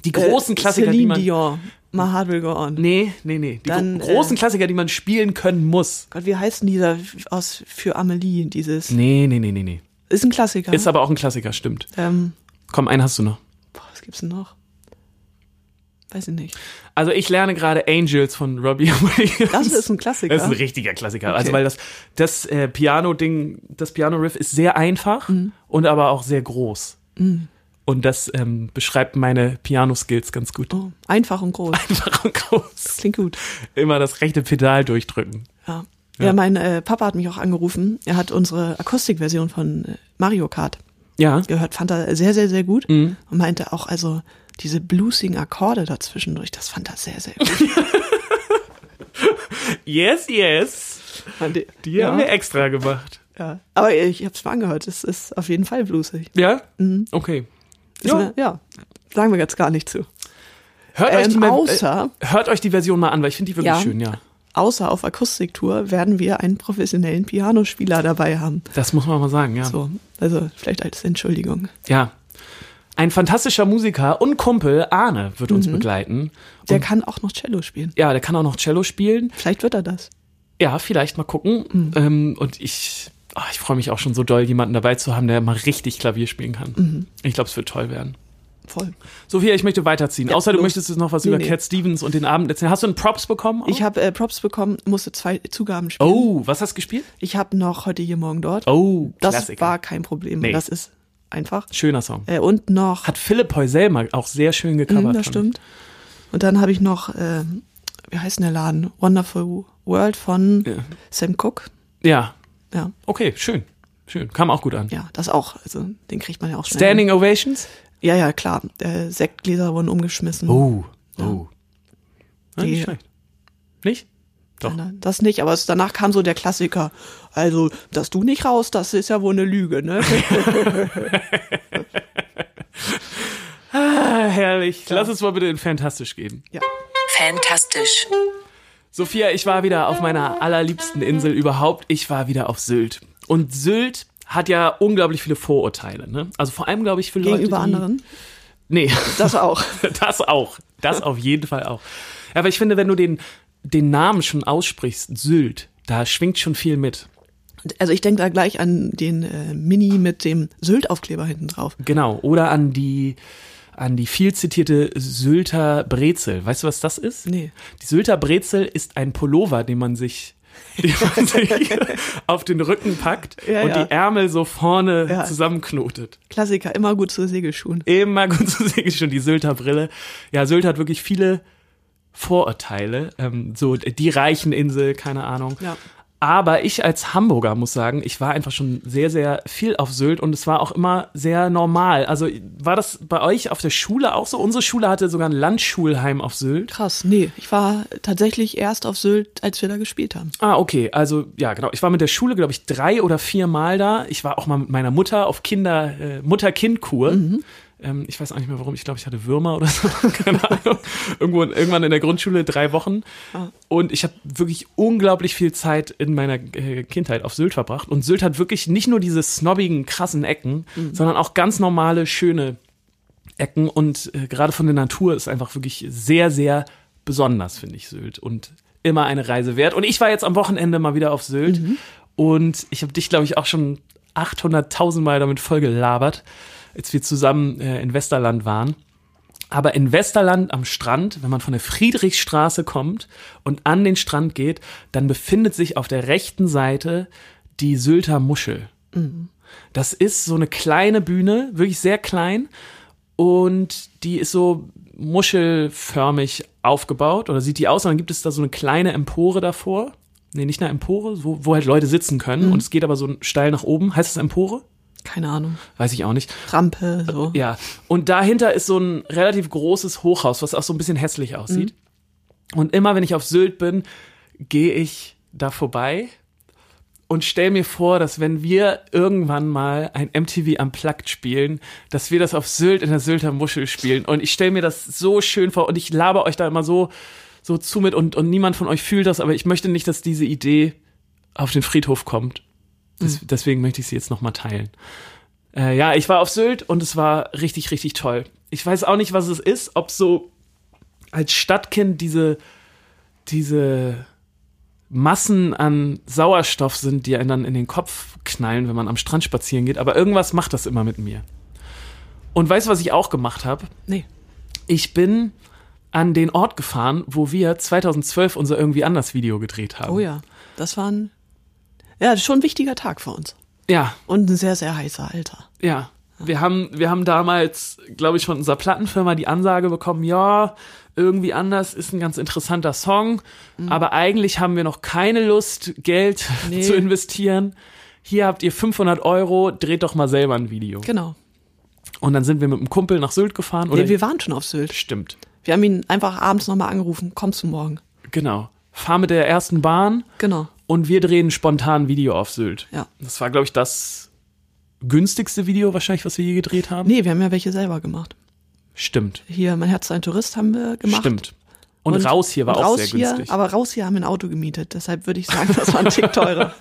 [SPEAKER 2] Die großen Klassiker, die
[SPEAKER 3] Äh, Celine
[SPEAKER 2] man.
[SPEAKER 3] Dion, My Heart Will Go On.
[SPEAKER 2] Nee, nee, nee. Die
[SPEAKER 3] Dann,
[SPEAKER 2] gro- großen
[SPEAKER 3] äh,
[SPEAKER 2] Klassiker, die man spielen können muss.
[SPEAKER 3] Gott, wie heißt denn dieser aus für Amelie, dieses?
[SPEAKER 2] Nee, nee, nee, nee, nee.
[SPEAKER 3] Ist ein Klassiker.
[SPEAKER 2] Ist aber auch ein Klassiker, stimmt.
[SPEAKER 3] ähm,
[SPEAKER 2] Komm, einen hast du noch.
[SPEAKER 3] boah, was gibt's denn noch? Weiß ich nicht.
[SPEAKER 2] Also ich lerne gerade Angels von Robbie [laughs] Williams.
[SPEAKER 3] Das ist ein Klassiker.
[SPEAKER 2] Das ist ein richtiger Klassiker. Also
[SPEAKER 3] Okay.
[SPEAKER 2] weil das, das äh, Piano-Ding, das Piano-Riff ist sehr einfach
[SPEAKER 3] Mhm.
[SPEAKER 2] und aber auch sehr groß. Und das ähm, beschreibt meine Piano-Skills ganz gut. [laughs]
[SPEAKER 3] Oh, einfach und [laughs] groß.
[SPEAKER 2] Einfach und groß.
[SPEAKER 3] Klingt gut.
[SPEAKER 2] Immer das rechte Pedal durchdrücken.
[SPEAKER 3] Ja.
[SPEAKER 2] Ja.
[SPEAKER 3] Ja, mein äh, Papa hat mich auch angerufen. Er hat unsere Akustikversion von äh, Mario Kart
[SPEAKER 2] Ja.
[SPEAKER 3] gehört, fand er sehr, sehr, sehr gut und meinte auch, also diese bluesigen Akkorde dazwischendurch, das fand er sehr, sehr gut.
[SPEAKER 2] Yes, yes.
[SPEAKER 3] [laughs] Fand ich-
[SPEAKER 2] Die
[SPEAKER 3] ja,
[SPEAKER 2] haben wir extra gemacht.
[SPEAKER 3] ja. Aber ich hab's mal angehört, es ist auf jeden Fall bluesig.
[SPEAKER 2] Ja? Okay.
[SPEAKER 3] Mhm. Ist
[SPEAKER 2] Jo.
[SPEAKER 3] mir- ja, sagen wir jetzt gar nicht zu.
[SPEAKER 2] Hört, euch die
[SPEAKER 3] Ähm,
[SPEAKER 2] mal,
[SPEAKER 3] außer,
[SPEAKER 2] äh, hört euch die Version mal an, weil ich finde die wirklich
[SPEAKER 3] Ja.
[SPEAKER 2] schön, ja.
[SPEAKER 3] außer auf Akustiktour werden wir einen professionellen Pianospieler dabei haben.
[SPEAKER 2] Das muss man mal sagen, ja.
[SPEAKER 3] So, also vielleicht als Entschuldigung.
[SPEAKER 2] Ja. Ein fantastischer Musiker und Kumpel, Arne, wird
[SPEAKER 3] Mhm.
[SPEAKER 2] uns begleiten.
[SPEAKER 3] Der kann auch noch Cello spielen.
[SPEAKER 2] Ja, der kann auch noch Cello spielen.
[SPEAKER 3] Vielleicht wird er das.
[SPEAKER 2] Ja, vielleicht mal gucken.
[SPEAKER 3] Mhm.
[SPEAKER 2] Ähm, und ich, ah, ich freue mich auch schon so doll, jemanden dabei zu haben, der mal richtig Klavier spielen kann.
[SPEAKER 3] Mhm.
[SPEAKER 2] Ich glaube, es wird toll werden.
[SPEAKER 3] Voll.
[SPEAKER 2] Sophia, ich möchte weiterziehen. Außer du
[SPEAKER 3] los.
[SPEAKER 2] möchtest jetzt noch was
[SPEAKER 3] Nee,
[SPEAKER 2] über
[SPEAKER 3] nee.
[SPEAKER 2] Cat Stevens und den Abend erzählen. Hast du einen Props bekommen? auch?
[SPEAKER 3] Ich habe äh, Props bekommen, musste zwei Zugaben spielen.
[SPEAKER 2] oh, was hast du gespielt?
[SPEAKER 3] Ich habe noch heute hier morgen dort.
[SPEAKER 2] Oh,
[SPEAKER 3] das
[SPEAKER 2] Klassiker.
[SPEAKER 3] war kein Problem.
[SPEAKER 2] Nee.
[SPEAKER 3] Das ist einfach.
[SPEAKER 2] Schöner Song.
[SPEAKER 3] Äh, und noch.
[SPEAKER 2] Hat Philipp Heusel mal auch sehr schön gecovert.
[SPEAKER 3] Hm,
[SPEAKER 2] fand
[SPEAKER 3] das
[SPEAKER 2] ich.
[SPEAKER 3] stimmt. Und dann habe ich noch, äh, wie heißt denn der Laden? Wonderful World von
[SPEAKER 2] Ja.
[SPEAKER 3] Sam Cooke.
[SPEAKER 2] Ja,
[SPEAKER 3] Ja,
[SPEAKER 2] okay, schön. Schön, kam auch gut an.
[SPEAKER 3] ja, das auch. Also den kriegt man ja auch schnell.
[SPEAKER 2] Standing Ovations?
[SPEAKER 3] Ja, ja, klar. Äh, Sektgläser wurden umgeschmissen.
[SPEAKER 2] Oh, oh. Ja, nicht
[SPEAKER 3] Die-
[SPEAKER 2] schlecht. Nicht? doch.
[SPEAKER 3] Nein, Das nicht, aber es, danach kam so der Klassiker. Also, dass du nicht raus, das ist ja wohl eine Lüge,
[SPEAKER 2] [laughs]
[SPEAKER 3] ne?
[SPEAKER 2] Ah, herrlich. Lass uns mal bitte in Fantastisch gehen.
[SPEAKER 3] ja.
[SPEAKER 1] Fantastisch.
[SPEAKER 2] Sophia, ich war wieder auf meiner allerliebsten Insel überhaupt. Ich war wieder auf Sylt. Und Sylt hat ja unglaublich viele Vorurteile. Ne? Also vor allem, glaube ich, für Leute,
[SPEAKER 3] Gegenüber
[SPEAKER 2] die,
[SPEAKER 3] anderen.
[SPEAKER 2] Nee,
[SPEAKER 3] Das auch.
[SPEAKER 2] [laughs] das auch. Das auf jeden Fall auch. Ja, aber ich finde, wenn du den, den Namen schon aussprichst, Sylt, da schwingt schon viel mit.
[SPEAKER 3] Also ich denke da gleich an den äh, Mini mit dem Sylt-Aufkleber hinten drauf.
[SPEAKER 2] Genau. Oder an die, an die viel zitierte Sylter Brezel. Weißt du, was das ist?
[SPEAKER 3] Nee.
[SPEAKER 2] Die Sylter Brezel ist ein Pullover, den man sich, [laughs] den man sich [laughs] auf den Rücken packt
[SPEAKER 3] Ja,
[SPEAKER 2] und
[SPEAKER 3] ja.
[SPEAKER 2] die Ärmel so vorne
[SPEAKER 3] Ja.
[SPEAKER 2] zusammenknotet.
[SPEAKER 3] Klassiker, immer gut zu Segelschuhen.
[SPEAKER 2] Immer gut [laughs] zu sehen, schon die Sylter Brille. Ja, Sylt hat wirklich viele Vorurteile. Ähm, so die reichen Insel, keine Ahnung.
[SPEAKER 3] Ja.
[SPEAKER 2] Aber ich als Hamburger muss sagen, ich war einfach schon sehr, sehr viel auf Sylt und es war auch immer sehr normal. Also war das bei euch auf der Schule auch so? Unsere Schule hatte sogar ein Landschulheim auf Sylt.
[SPEAKER 3] Krass, nee. Ich war tatsächlich erst auf Sylt, als wir da gespielt haben.
[SPEAKER 2] Ah, okay. Also, ja, genau. Ich war mit der Schule, glaube ich, drei oder vier Mal da. Ich war auch mal mit meiner Mutter auf Kinder, äh, Mutter-Kind-Kur. Ähm, ich weiß auch nicht mehr warum. Ich glaube, ich hatte Würmer oder [laughs] so. Keine Ahnung. Irgendwo, irgendwann in der Grundschule drei Wochen. Und ich habe wirklich unglaublich viel Zeit in meiner äh, Kindheit auf Sylt verbracht. Und Sylt hat wirklich nicht nur diese snobbigen, krassen Ecken, sondern auch ganz normale, schöne Ecken und äh, gerade von der Natur ist einfach wirklich sehr, sehr besonders, finde ich, Sylt. Und immer eine Reise wert. Und ich war jetzt am Wochenende mal wieder auf Sylt und ich habe dich, glaube ich, auch schon 800.000 Mal damit vollgelabert, als wir zusammen äh, in Westerland waren. Aber in Westerland am Strand, wenn man von der Friedrichstraße kommt und an den Strand geht, dann befindet sich auf der rechten Seite die Sylter Muschel. Das ist so eine kleine Bühne, wirklich sehr klein und die ist so muschelförmig aufgebaut oder sieht die aus und dann gibt es da so eine kleine Empore davor. Nee, nicht eine Empore, wo, wo halt Leute sitzen können und es geht aber so steil nach oben. Heißt das Empore?
[SPEAKER 3] Keine Ahnung.
[SPEAKER 2] Weiß ich auch nicht.
[SPEAKER 3] Rampe, so.
[SPEAKER 2] Ja, und dahinter ist so ein relativ großes Hochhaus, was auch so ein bisschen hässlich aussieht. Und immer wenn ich auf Sylt bin, gehe ich da vorbei und stell mir vor, dass wenn wir irgendwann mal ein MTV Unplugged spielen, dass wir das auf Sylt in der Sylter Muschel spielen. Und ich stell mir das so schön vor und ich laber euch da immer so so zu mit und, und niemand von euch fühlt das, aber ich möchte nicht, dass diese Idee auf den Friedhof kommt. Des, Deswegen möchte ich sie jetzt nochmal teilen. Äh, ja, ich war auf Sylt und es war richtig, richtig toll. Ich weiß auch nicht, was es ist, ob so als Stadtkind diese, diese Massen an Sauerstoff sind, die einen dann in den Kopf knallen, wenn man am Strand spazieren geht, aber irgendwas macht das immer mit mir. Und weißt du, was ich auch gemacht habe?
[SPEAKER 3] Nee.
[SPEAKER 2] Ich bin an den Ort gefahren, wo wir 2012 unser irgendwie anders Video gedreht haben.
[SPEAKER 3] Oh ja, das war ein, ja, schon ein wichtiger Tag für uns.
[SPEAKER 2] Ja,
[SPEAKER 3] Und ein sehr, sehr heißer Alter.
[SPEAKER 2] ja. Wir haben, wir haben damals, glaube ich, von unserer Plattenfirma die Ansage bekommen, ja, irgendwie anders ist ein ganz interessanter Song, aber eigentlich haben wir noch keine Lust, Geld [laughs]
[SPEAKER 3] Mhm. Nee.
[SPEAKER 2] zu investieren. Hier habt ihr 500 Euro, dreht doch mal selber ein Video.
[SPEAKER 3] Genau.
[SPEAKER 2] Und dann sind wir mit einem Kumpel nach Sylt gefahren. Oder
[SPEAKER 3] Nee, wir waren schon auf Sylt.
[SPEAKER 2] Stimmt.
[SPEAKER 3] Wir haben ihn einfach abends nochmal angerufen. Kommst du morgen?
[SPEAKER 2] Genau. Fahr mit der ersten Bahn
[SPEAKER 3] Genau.
[SPEAKER 2] und wir drehen spontan ein Video auf Sylt.
[SPEAKER 3] Ja.
[SPEAKER 2] Das war, glaube ich, das günstigste Video wahrscheinlich, was wir je gedreht haben.
[SPEAKER 3] Nee, wir haben ja welche selber gemacht.
[SPEAKER 2] Stimmt.
[SPEAKER 3] Hier, mein Herz ist ein Tourist haben wir gemacht.
[SPEAKER 2] Stimmt. Und, raus hier war
[SPEAKER 3] und
[SPEAKER 2] auch
[SPEAKER 3] raus
[SPEAKER 2] sehr
[SPEAKER 3] hier,
[SPEAKER 2] günstig.
[SPEAKER 3] Aber raus hier haben wir ein Auto gemietet. Deshalb würde ich sagen, das war ein Tick
[SPEAKER 2] [laughs]
[SPEAKER 3] teurer.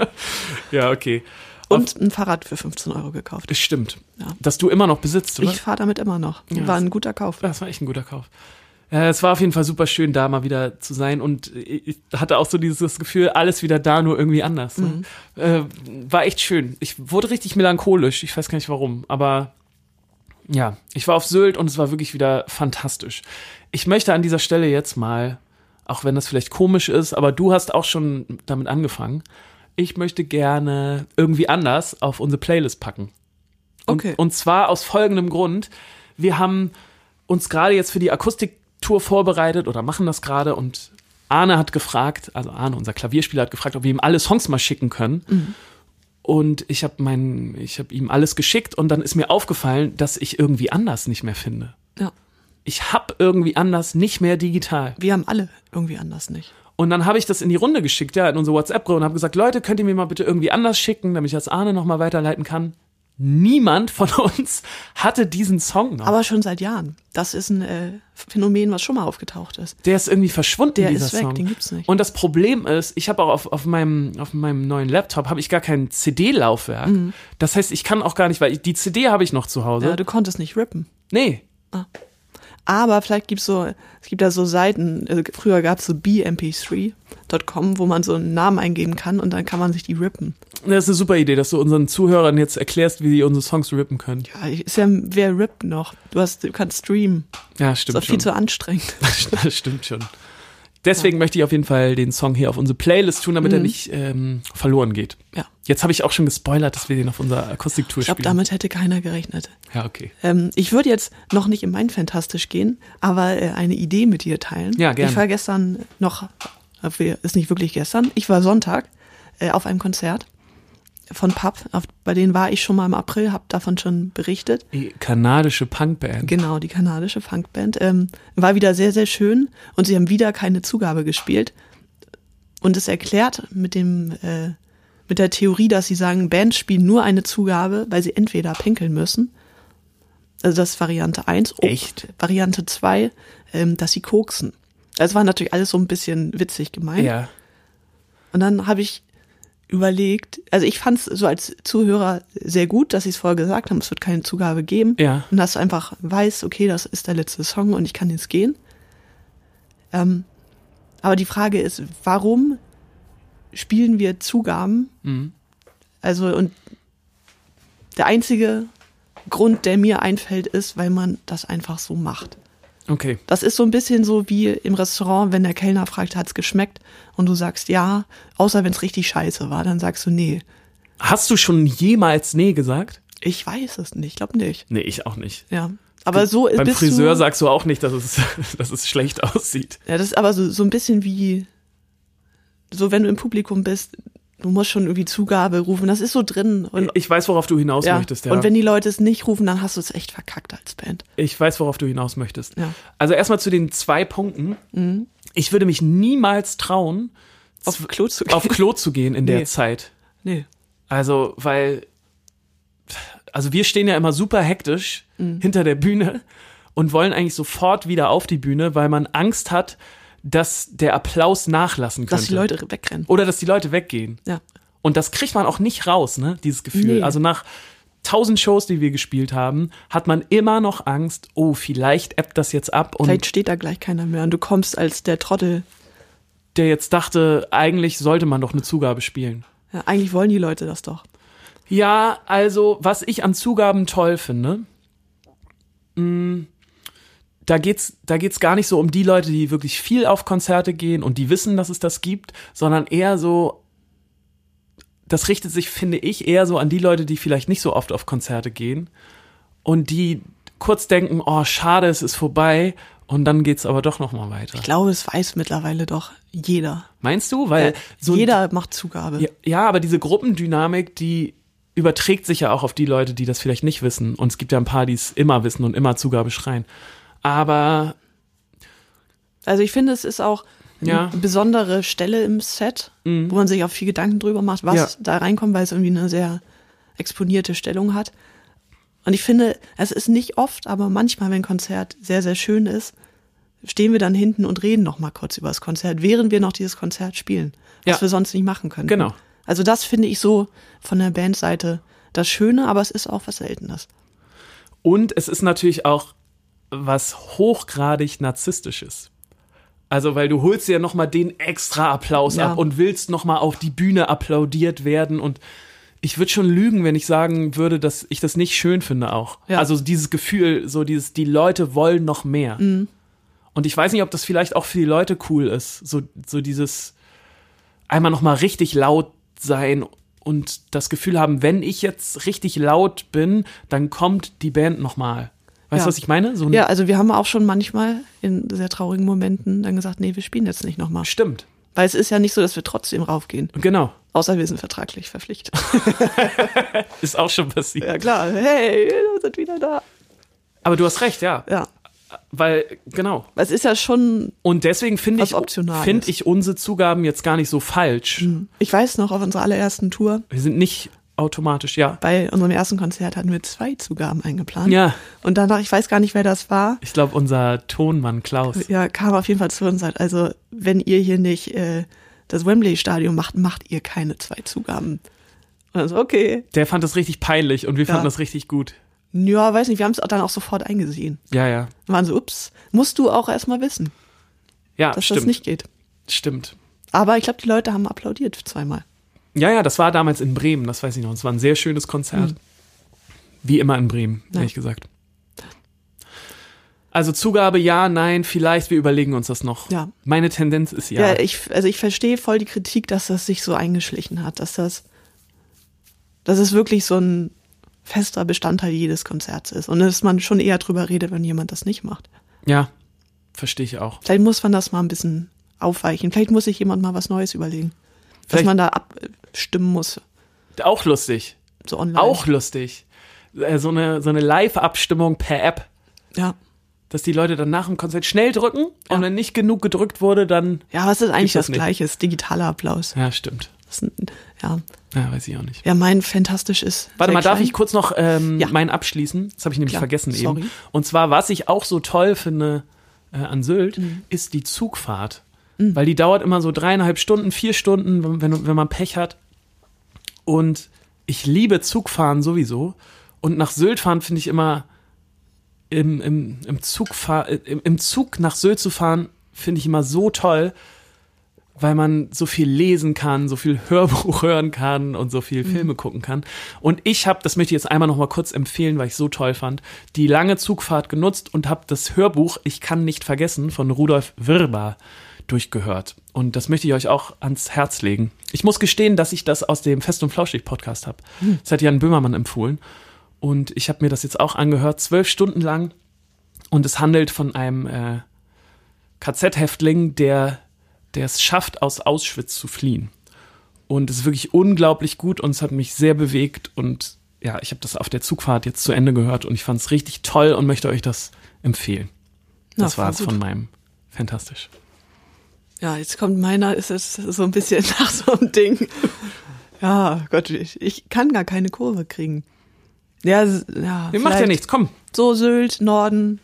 [SPEAKER 2] ja, okay.
[SPEAKER 3] Und ein Fahrrad für 15 Euro gekauft.
[SPEAKER 2] Das Stimmt.
[SPEAKER 3] Ja.
[SPEAKER 2] Dass du immer noch besitzt, oder?
[SPEAKER 3] Ich fahre damit immer noch. War ein guter Kauf.
[SPEAKER 2] das war echt ein guter Kauf. Äh, Es war auf jeden Fall super schön, da mal wieder zu sein und ich hatte auch so dieses Gefühl, alles wieder da, nur irgendwie anders. Ne? Äh, war echt schön. Ich wurde richtig melancholisch, ich weiß gar nicht warum, aber ja, ich war auf Sylt und es war wirklich wieder fantastisch. Ich möchte an dieser Stelle jetzt mal, auch wenn das vielleicht komisch ist, aber du hast auch schon damit angefangen, ich möchte gerne irgendwie anders auf unsere Playlist packen. Und,
[SPEAKER 3] Okay.
[SPEAKER 2] und zwar aus folgendem Grund. Wir haben uns gerade jetzt für die Akustiktour vorbereitet oder machen das gerade und Arne hat gefragt, also Arne, unser Klavierspieler, hat gefragt, ob wir ihm alle Songs mal schicken können. Und ich habe mein, ich habe ihm alles geschickt und dann ist mir aufgefallen, dass ich irgendwie anders nicht mehr finde.
[SPEAKER 3] Ja.
[SPEAKER 2] Ich habe irgendwie anders nicht mehr digital.
[SPEAKER 3] Wir haben alle irgendwie anders nicht.
[SPEAKER 2] Und dann habe ich das in die Runde geschickt, ja, in unsere WhatsApp-Gruppe und habe gesagt, Leute, könnt ihr mir mal bitte irgendwie anders schicken, damit ich das Arne nochmal weiterleiten kann. Niemand von uns hatte diesen Song noch.
[SPEAKER 3] Aber schon seit Jahren. Das ist ein äh, Phänomen, was schon mal aufgetaucht ist.
[SPEAKER 2] der ist irgendwie verschwunden,
[SPEAKER 3] Der
[SPEAKER 2] dieser
[SPEAKER 3] ist weg,
[SPEAKER 2] Song.
[SPEAKER 3] den gibt's nicht.
[SPEAKER 2] Und das Problem ist, ich habe auch auf, auf, meinem, auf meinem neuen Laptop habe ich gar kein CD-Laufwerk. Das heißt, ich kann auch gar nicht, weil ich, die CD habe ich noch zu Hause.
[SPEAKER 3] Mhm. Ja, du konntest nicht rippen.
[SPEAKER 2] nee,
[SPEAKER 3] Aber vielleicht gibt's so, es gibt da so Seiten, äh, früher gab's so bmp3.com, wo man so einen Namen eingeben kann und dann kann man sich die rippen.
[SPEAKER 2] das ist eine super Idee, dass du unseren Zuhörern jetzt erklärst, wie sie unsere Songs rippen können.
[SPEAKER 3] Ja, ist ja, wer rippt noch? Du hast, du kannst streamen.
[SPEAKER 2] Ja,
[SPEAKER 3] Ist
[SPEAKER 2] stimmt
[SPEAKER 3] doch viel
[SPEAKER 2] schon.
[SPEAKER 3] zu anstrengend.
[SPEAKER 2] [laughs] das stimmt schon. Deswegen möchte ich auf jeden Fall den Song hier auf unsere Playlist tun,
[SPEAKER 3] Mhm.
[SPEAKER 2] damit er nicht ähm, verloren geht.
[SPEAKER 3] Ja.
[SPEAKER 2] Jetzt habe ich auch schon gespoilert, dass wir den auf unserer Akustiktour
[SPEAKER 3] Ich glaube,
[SPEAKER 2] spielen.
[SPEAKER 3] damit hätte keiner gerechnet.
[SPEAKER 2] Ja, okay.
[SPEAKER 3] Ähm, ich würde jetzt noch nicht in mein Fantastisch gehen, aber äh, eine Idee mit dir teilen.
[SPEAKER 2] Ja, gerne.
[SPEAKER 3] Ich war gestern noch, obwohl, ist nicht wirklich gestern, ich war Sonntag äh, auf einem Konzert von Pub, auf, bei denen war ich schon mal im April, habe davon schon berichtet.
[SPEAKER 2] Die kanadische Punkband.
[SPEAKER 3] Genau, die kanadische Funkband. Ähm, war wieder sehr, sehr schön und sie haben wieder keine Zugabe gespielt. Und es erklärt mit dem, äh, mit der Theorie, dass sie sagen, Bands spielen nur eine Zugabe, weil sie entweder pinkeln müssen. Also das ist Variante 1. Oh,
[SPEAKER 2] Echt?
[SPEAKER 3] Variante 2, ähm, dass sie koksen. Das war natürlich alles so ein bisschen witzig gemeint.
[SPEAKER 2] Ja.
[SPEAKER 3] Und dann habe ich überlegt, also ich fand es so als Zuhörer sehr gut, dass sie es vorher gesagt haben, es wird keine Zugabe geben.
[SPEAKER 2] Ja.
[SPEAKER 3] Und dass du einfach weißt, okay, das ist der letzte Song und ich kann jetzt gehen. Ähm, aber die Frage ist, warum spielen wir Zugaben? Also und der einzige Grund, der mir einfällt, ist, weil man das einfach so macht.
[SPEAKER 2] Okay.
[SPEAKER 3] Das ist so ein bisschen so wie im Restaurant, wenn der Kellner fragt, hat's geschmeckt? Und du sagst ja, außer wenn's richtig scheiße war, dann sagst du nee.
[SPEAKER 2] Hast du schon jemals Nee gesagt?
[SPEAKER 3] Ich weiß es nicht, ich glaube nicht.
[SPEAKER 2] Nee, ich auch nicht.
[SPEAKER 3] Ja. Aber so
[SPEAKER 2] Beim
[SPEAKER 3] bist
[SPEAKER 2] Friseur
[SPEAKER 3] du,
[SPEAKER 2] sagst du auch nicht, dass es, [laughs] dass es schlecht aussieht.
[SPEAKER 3] Ja, das ist aber so, so ein bisschen wie, so wenn du im Publikum bist, du musst schon irgendwie Zugabe rufen, das ist so drin. Und,
[SPEAKER 2] Ich weiß, worauf du hinaus
[SPEAKER 3] ja.
[SPEAKER 2] Äh, möchtest. Ja.
[SPEAKER 3] und wenn die Leute es nicht rufen, dann hast du es echt verkackt als Band.
[SPEAKER 2] Ich weiß, worauf du hinaus möchtest.
[SPEAKER 3] Ja. Mhm.
[SPEAKER 2] Also erstmal zu den zwei Punkten. Ich würde mich niemals trauen,
[SPEAKER 3] Auf Klo zu gehen.
[SPEAKER 2] auf Klo zu gehen in der
[SPEAKER 3] Nee.
[SPEAKER 2] Zeit.
[SPEAKER 3] [laughs] nee.
[SPEAKER 2] Also, weil, also wir stehen ja immer super hektisch
[SPEAKER 3] Mhm.
[SPEAKER 2] hinter der Bühne und wollen eigentlich sofort wieder auf die Bühne, weil man Angst hat, dass der Applaus nachlassen könnte.
[SPEAKER 3] dass die Leute wegrennen.
[SPEAKER 2] Oder dass die Leute weggehen.
[SPEAKER 3] Ja.
[SPEAKER 2] Und das kriegt man auch nicht raus, ne? Dieses Gefühl.
[SPEAKER 3] Nee.
[SPEAKER 2] Also nach tausend Shows, die wir gespielt haben, hat man immer noch Angst, oh, vielleicht ebbt das jetzt ab. Und
[SPEAKER 3] Vielleicht steht da gleich keiner mehr und du kommst als der Trottel.
[SPEAKER 2] der jetzt dachte, eigentlich sollte man doch eine Zugabe spielen.
[SPEAKER 3] Ja, eigentlich wollen die Leute das doch.
[SPEAKER 2] Ja, also, was ich an Zugaben toll finde, mh, da geht's, da geht's gar nicht so um die Leute, die wirklich viel auf Konzerte gehen und die wissen, dass es das gibt, sondern eher so, das richtet sich, finde ich, eher so an die Leute, die vielleicht nicht so oft auf Konzerte gehen und die kurz denken, oh, schade, es ist vorbei und dann geht's aber doch nochmal weiter.
[SPEAKER 3] Ich glaube, es weiß mittlerweile doch jeder.
[SPEAKER 2] Meinst du? Weil so
[SPEAKER 3] äh, jeder macht Zugabe.
[SPEAKER 2] Ja, ja, aber diese Gruppendynamik, die überträgt sich ja auch auf die Leute, die das vielleicht nicht wissen. Und es gibt ja ein paar, die es immer wissen und immer Zugabe schreien. Aber
[SPEAKER 3] Also ich finde, es ist auch
[SPEAKER 2] Ja. Mhm.
[SPEAKER 3] eine besondere Stelle im Set, wo man sich auch viel Gedanken drüber macht, was
[SPEAKER 2] Ja.
[SPEAKER 3] da reinkommt, weil es irgendwie eine sehr exponierte Stellung hat. Und ich finde, es ist nicht oft, aber manchmal, wenn ein Konzert sehr, sehr schön ist, stehen wir dann hinten und reden noch mal kurz über das Konzert, während wir noch dieses Konzert spielen, was
[SPEAKER 2] Ja.
[SPEAKER 3] wir sonst nicht machen können.
[SPEAKER 2] Genau.
[SPEAKER 3] Also das finde ich so von der Bandseite das Schöne, aber es ist auch was Seltenes.
[SPEAKER 2] und es ist natürlich auch was hochgradig narzisstisches. Also, weil du holst dir ja nochmal den extra Applaus
[SPEAKER 3] Ja.
[SPEAKER 2] ab und willst nochmal auf die Bühne applaudiert werden und ich würde schon lügen, wenn ich sagen würde, dass ich das nicht schön finde auch.
[SPEAKER 3] Ja.
[SPEAKER 2] Also dieses Gefühl, so dieses, die Leute wollen noch mehr.
[SPEAKER 3] Mhm.
[SPEAKER 2] Und ich weiß nicht, ob das vielleicht auch für die Leute cool ist, so, so dieses einmal nochmal richtig laut sein und das Gefühl haben, wenn ich jetzt richtig laut bin, dann kommt die Band nochmal. Weißt du,
[SPEAKER 3] Ja.
[SPEAKER 2] was ich meine? So ein
[SPEAKER 3] Ja, also wir haben auch schon manchmal in sehr traurigen Momenten dann gesagt, nee, wir spielen jetzt nicht noch mal.
[SPEAKER 2] Stimmt.
[SPEAKER 3] Weil es ist ja nicht so, dass wir trotzdem raufgehen.
[SPEAKER 2] Genau.
[SPEAKER 3] Außer wir sind vertraglich verpflichtet. [laughs]
[SPEAKER 2] Ist auch schon passiert.
[SPEAKER 3] ja klar, hey, wir sind wieder da.
[SPEAKER 2] Aber du hast recht, ja.
[SPEAKER 3] Ja,
[SPEAKER 2] Weil, genau.
[SPEAKER 3] es ist ja schon,
[SPEAKER 2] Und deswegen finde
[SPEAKER 3] Was
[SPEAKER 2] ich,
[SPEAKER 3] optional
[SPEAKER 2] find
[SPEAKER 3] ist. Mhm.
[SPEAKER 2] ich unsere Zugaben jetzt gar nicht so falsch.
[SPEAKER 3] ich weiß noch, auf unserer allerersten Tour,
[SPEAKER 2] Wir sind nicht automatisch, ja.
[SPEAKER 3] bei unserem ersten Konzert hatten wir zwei Zugaben eingeplant.
[SPEAKER 2] Ja.
[SPEAKER 3] Und danach, ich weiß gar nicht, wer das war,
[SPEAKER 2] Ich glaube, unser Tonmann Klaus.
[SPEAKER 3] ja, kam auf jeden Fall zu uns und sagt, also wenn ihr hier nicht äh, das Wembley-Stadion macht, macht ihr keine zwei Zugaben. Und dann so, okay.
[SPEAKER 2] Der fand das richtig peinlich und wir
[SPEAKER 3] Ja.
[SPEAKER 2] fanden das richtig gut.
[SPEAKER 3] Ja, weiß nicht, wir haben es dann auch sofort eingesehen.
[SPEAKER 2] Ja, ja.
[SPEAKER 3] Wir waren so, ups, musst du auch erstmal wissen,
[SPEAKER 2] Ja,
[SPEAKER 3] dass
[SPEAKER 2] Ah, stimmt.
[SPEAKER 3] das nicht geht.
[SPEAKER 2] Stimmt.
[SPEAKER 3] Aber ich glaube, die Leute haben applaudiert zweimal.
[SPEAKER 2] Ja, ja, das war damals in Bremen, das weiß ich noch. Es war ein sehr schönes Konzert. Wie immer in Bremen,
[SPEAKER 3] Mhm. Ja.
[SPEAKER 2] ehrlich gesagt. Also Zugabe ja, nein, vielleicht, wir überlegen uns das noch.
[SPEAKER 3] Ja.
[SPEAKER 2] Meine Tendenz ist ja.
[SPEAKER 3] Ja, ich, also ich verstehe voll die Kritik, dass das sich so eingeschlichen hat, dass das, dass es wirklich so ein fester Bestandteil jedes Konzerts ist und dass man schon eher drüber redet, wenn jemand das nicht macht.
[SPEAKER 2] ja, verstehe ich auch.
[SPEAKER 3] Vielleicht muss man das mal ein bisschen aufweichen. Vielleicht muss sich jemand mal was Neues überlegen, dass
[SPEAKER 2] Vielleicht-
[SPEAKER 3] man da abstimmen muss,
[SPEAKER 2] Auch lustig.
[SPEAKER 3] so online.
[SPEAKER 2] Auch lustig. Äh, So eine, so eine Live-Abstimmung per App,
[SPEAKER 3] Ja.
[SPEAKER 2] dass die Leute dann nach dem Konzert schnell drücken
[SPEAKER 3] Ja.
[SPEAKER 2] und wenn nicht genug gedrückt wurde, dann.
[SPEAKER 3] Ja, was ist
[SPEAKER 2] Gibt's
[SPEAKER 3] eigentlich
[SPEAKER 2] das
[SPEAKER 3] das,
[SPEAKER 2] nicht.
[SPEAKER 3] Gleiche? Ist digitaler Applaus.
[SPEAKER 2] Ja, stimmt.
[SPEAKER 3] Das ist ein, ja.
[SPEAKER 2] Ja, weiß ich auch nicht.
[SPEAKER 3] ja, mein fantastisch ist.
[SPEAKER 2] Warte
[SPEAKER 3] sehr
[SPEAKER 2] mal, darf
[SPEAKER 3] klein.
[SPEAKER 2] ich kurz noch ähm,
[SPEAKER 3] Ja.
[SPEAKER 2] meinen abschließen? Das habe ich nämlich
[SPEAKER 3] Klar,
[SPEAKER 2] vergessen
[SPEAKER 3] sorry.
[SPEAKER 2] eben. Und zwar, was ich auch so toll finde äh, an Sylt,
[SPEAKER 3] Mhm.
[SPEAKER 2] ist die Zugfahrt. Weil die dauert immer so dreieinhalb Stunden, vier Stunden, wenn- wenn, wenn man Pech hat. Und ich liebe Zugfahren sowieso. Und nach Sylt fahren finde ich immer im, im, im, Zug im, im Zug nach Sylt zu fahren, finde ich immer so toll, weil man so viel lesen kann, so viel Hörbuch [laughs] hören kann und so viel Filme gucken kann. Und ich habe, das möchte ich jetzt einmal noch mal kurz empfehlen, weil ich so toll fand, die lange Zugfahrt genutzt und habe das Hörbuch Ich kann nicht vergessen von Rudolf Wirber durchgehört. Und das möchte ich euch auch ans Herz legen. Ich muss gestehen, dass ich das aus dem Fest und Flauschig Podcast habe. Das hat Jan Böhmermann empfohlen. Und ich habe mir das jetzt auch angehört, zwölf Stunden lang. Und es handelt von einem äh, KZ-Häftling, der der es schafft, aus Auschwitz zu fliehen. Und es ist wirklich unglaublich gut und es hat mich sehr bewegt. Und ja, ich habe das auf der Zugfahrt jetzt zu Ende gehört und ich fand es richtig toll und möchte euch das empfehlen.
[SPEAKER 3] Na,
[SPEAKER 2] Das war es
[SPEAKER 3] voll gut.
[SPEAKER 2] von meinem Fantastisch.
[SPEAKER 3] Ja, jetzt kommt meiner, ist es so ein bisschen [laughs] nach so einem Ding. Ja, Gott, ich, ich kann gar keine Kurve kriegen. Ja, s- ja.
[SPEAKER 2] Ihr macht ja
[SPEAKER 3] vielleicht
[SPEAKER 2] nichts, komm.
[SPEAKER 3] So Sylt, Norden,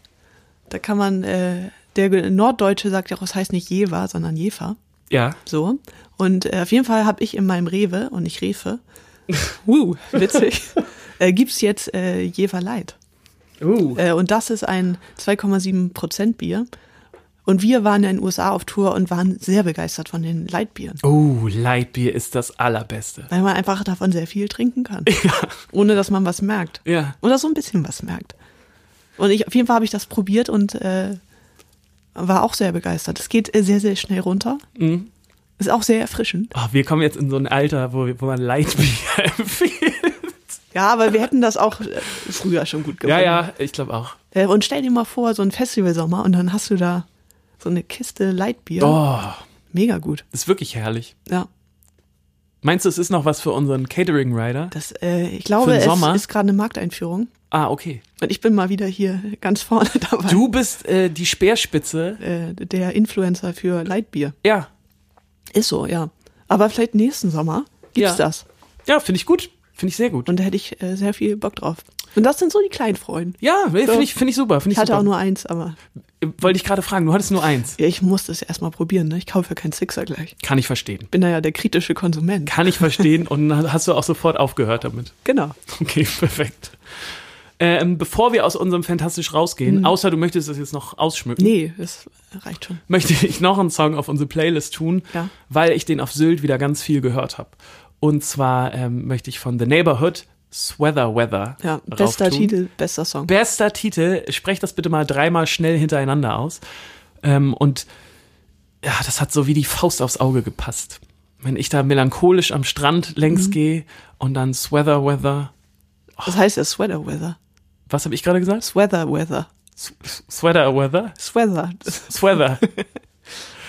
[SPEAKER 3] da kann man äh, der Norddeutsche sagt ja auch, es heißt nicht Jever, sondern Jefer.
[SPEAKER 2] Ja.
[SPEAKER 3] So. Und äh, auf jeden Fall habe ich in meinem Rewe und
[SPEAKER 2] [laughs]
[SPEAKER 3] nicht Refe, wuh, witzig, äh, gibt's jetzt äh, Jever Light.
[SPEAKER 2] Uh.
[SPEAKER 3] Äh, und das ist ein 2,7% Bier. Und wir waren ja in den USA auf Tour und waren sehr begeistert von den Lightbieren.
[SPEAKER 2] Oh, Lightbier ist das allerbeste.
[SPEAKER 3] Weil man einfach davon sehr viel
[SPEAKER 2] [laughs]
[SPEAKER 3] trinken kann. Ohne dass man was merkt.
[SPEAKER 2] Ja.
[SPEAKER 3] Oder so ein bisschen was merkt. Und ich, auf jeden Fall habe ich das probiert und äh, war auch sehr begeistert. Es geht äh, sehr, sehr schnell runter.
[SPEAKER 2] Mhm.
[SPEAKER 3] Ist auch sehr erfrischend.
[SPEAKER 2] Oh, wir kommen jetzt in so ein Alter, wo, wo man Lightbier [laughs] empfiehlt.
[SPEAKER 3] Ja, aber wir hätten das auch äh, früher schon gut
[SPEAKER 2] Ja,
[SPEAKER 3] gemacht.
[SPEAKER 2] ja, ich glaube auch.
[SPEAKER 3] Äh, und stell dir mal vor, so ein Festivalsommer und dann hast du da so eine Kiste Lightbier.
[SPEAKER 2] Oh,
[SPEAKER 3] Mega gut.
[SPEAKER 2] ist wirklich herrlich.
[SPEAKER 3] Ja.
[SPEAKER 2] Meinst du, es ist noch was für unseren Catering Rider?
[SPEAKER 3] Das, äh, ich glaube,
[SPEAKER 2] den
[SPEAKER 3] es
[SPEAKER 2] Sommer?
[SPEAKER 3] ist gerade eine Markteinführung.
[SPEAKER 2] Ah, okay.
[SPEAKER 3] Und ich bin mal wieder hier ganz vorne [laughs] dabei.
[SPEAKER 2] Du bist äh, die Speerspitze.
[SPEAKER 3] Äh, der Influencer für Lightbier.
[SPEAKER 2] Ja.
[SPEAKER 3] Ist so, ja. Aber vielleicht nächsten Sommer gibt's
[SPEAKER 2] Ja.
[SPEAKER 3] das.
[SPEAKER 2] Ja, finde ich gut. Finde ich sehr gut.
[SPEAKER 3] Und da hätte ich äh, sehr viel Bock drauf. Und das sind so die kleinen Freuden.
[SPEAKER 2] Ja, nee,
[SPEAKER 3] So.
[SPEAKER 2] finde ich, finde ich super. Finde ich
[SPEAKER 3] Ich hatte
[SPEAKER 2] super. Äh,
[SPEAKER 3] auch nur eins, aber
[SPEAKER 2] Wollte ich gerade fragen, du hattest nur eins.
[SPEAKER 3] ja, ich musste es erstmal probieren. Ne? Ich kaufe ja keinen Sixer gleich.
[SPEAKER 2] Kann ich verstehen.
[SPEAKER 3] Bin da ja der kritische Konsument.
[SPEAKER 2] Kann ich verstehen und dann hast du auch sofort aufgehört damit. [laughs]
[SPEAKER 3] Genau.
[SPEAKER 2] Okay, perfekt. Ähm, bevor wir aus unserem Fantastisch rausgehen, außer du möchtest das jetzt noch ausschmücken,
[SPEAKER 3] Mhm. Nee, das reicht schon.
[SPEAKER 2] möchte ich noch einen Song auf unsere Playlist tun,
[SPEAKER 3] Ja.
[SPEAKER 2] weil ich den auf Sylt wieder ganz viel gehört habe. Und zwar ähm, möchte ich von The Neighborhood Sweather Weather.
[SPEAKER 3] Ja, bester
[SPEAKER 2] rauftun.
[SPEAKER 3] Titel, bester Song.
[SPEAKER 2] Bester Titel, sprecht das bitte mal dreimal schnell hintereinander aus. Ähm, und ja, das hat so wie die Faust aufs Auge gepasst. Wenn ich da melancholisch am Strand
[SPEAKER 3] Mhm.
[SPEAKER 2] längs gehe und dann Sweather Weather.
[SPEAKER 3] Das heißt ja Sweater Weather.
[SPEAKER 2] Was habe ich gerade gesagt?
[SPEAKER 3] Sweater Weather.
[SPEAKER 2] S- S- Sweater Weather?
[SPEAKER 3] Sweater. [laughs]
[SPEAKER 2] Sweater.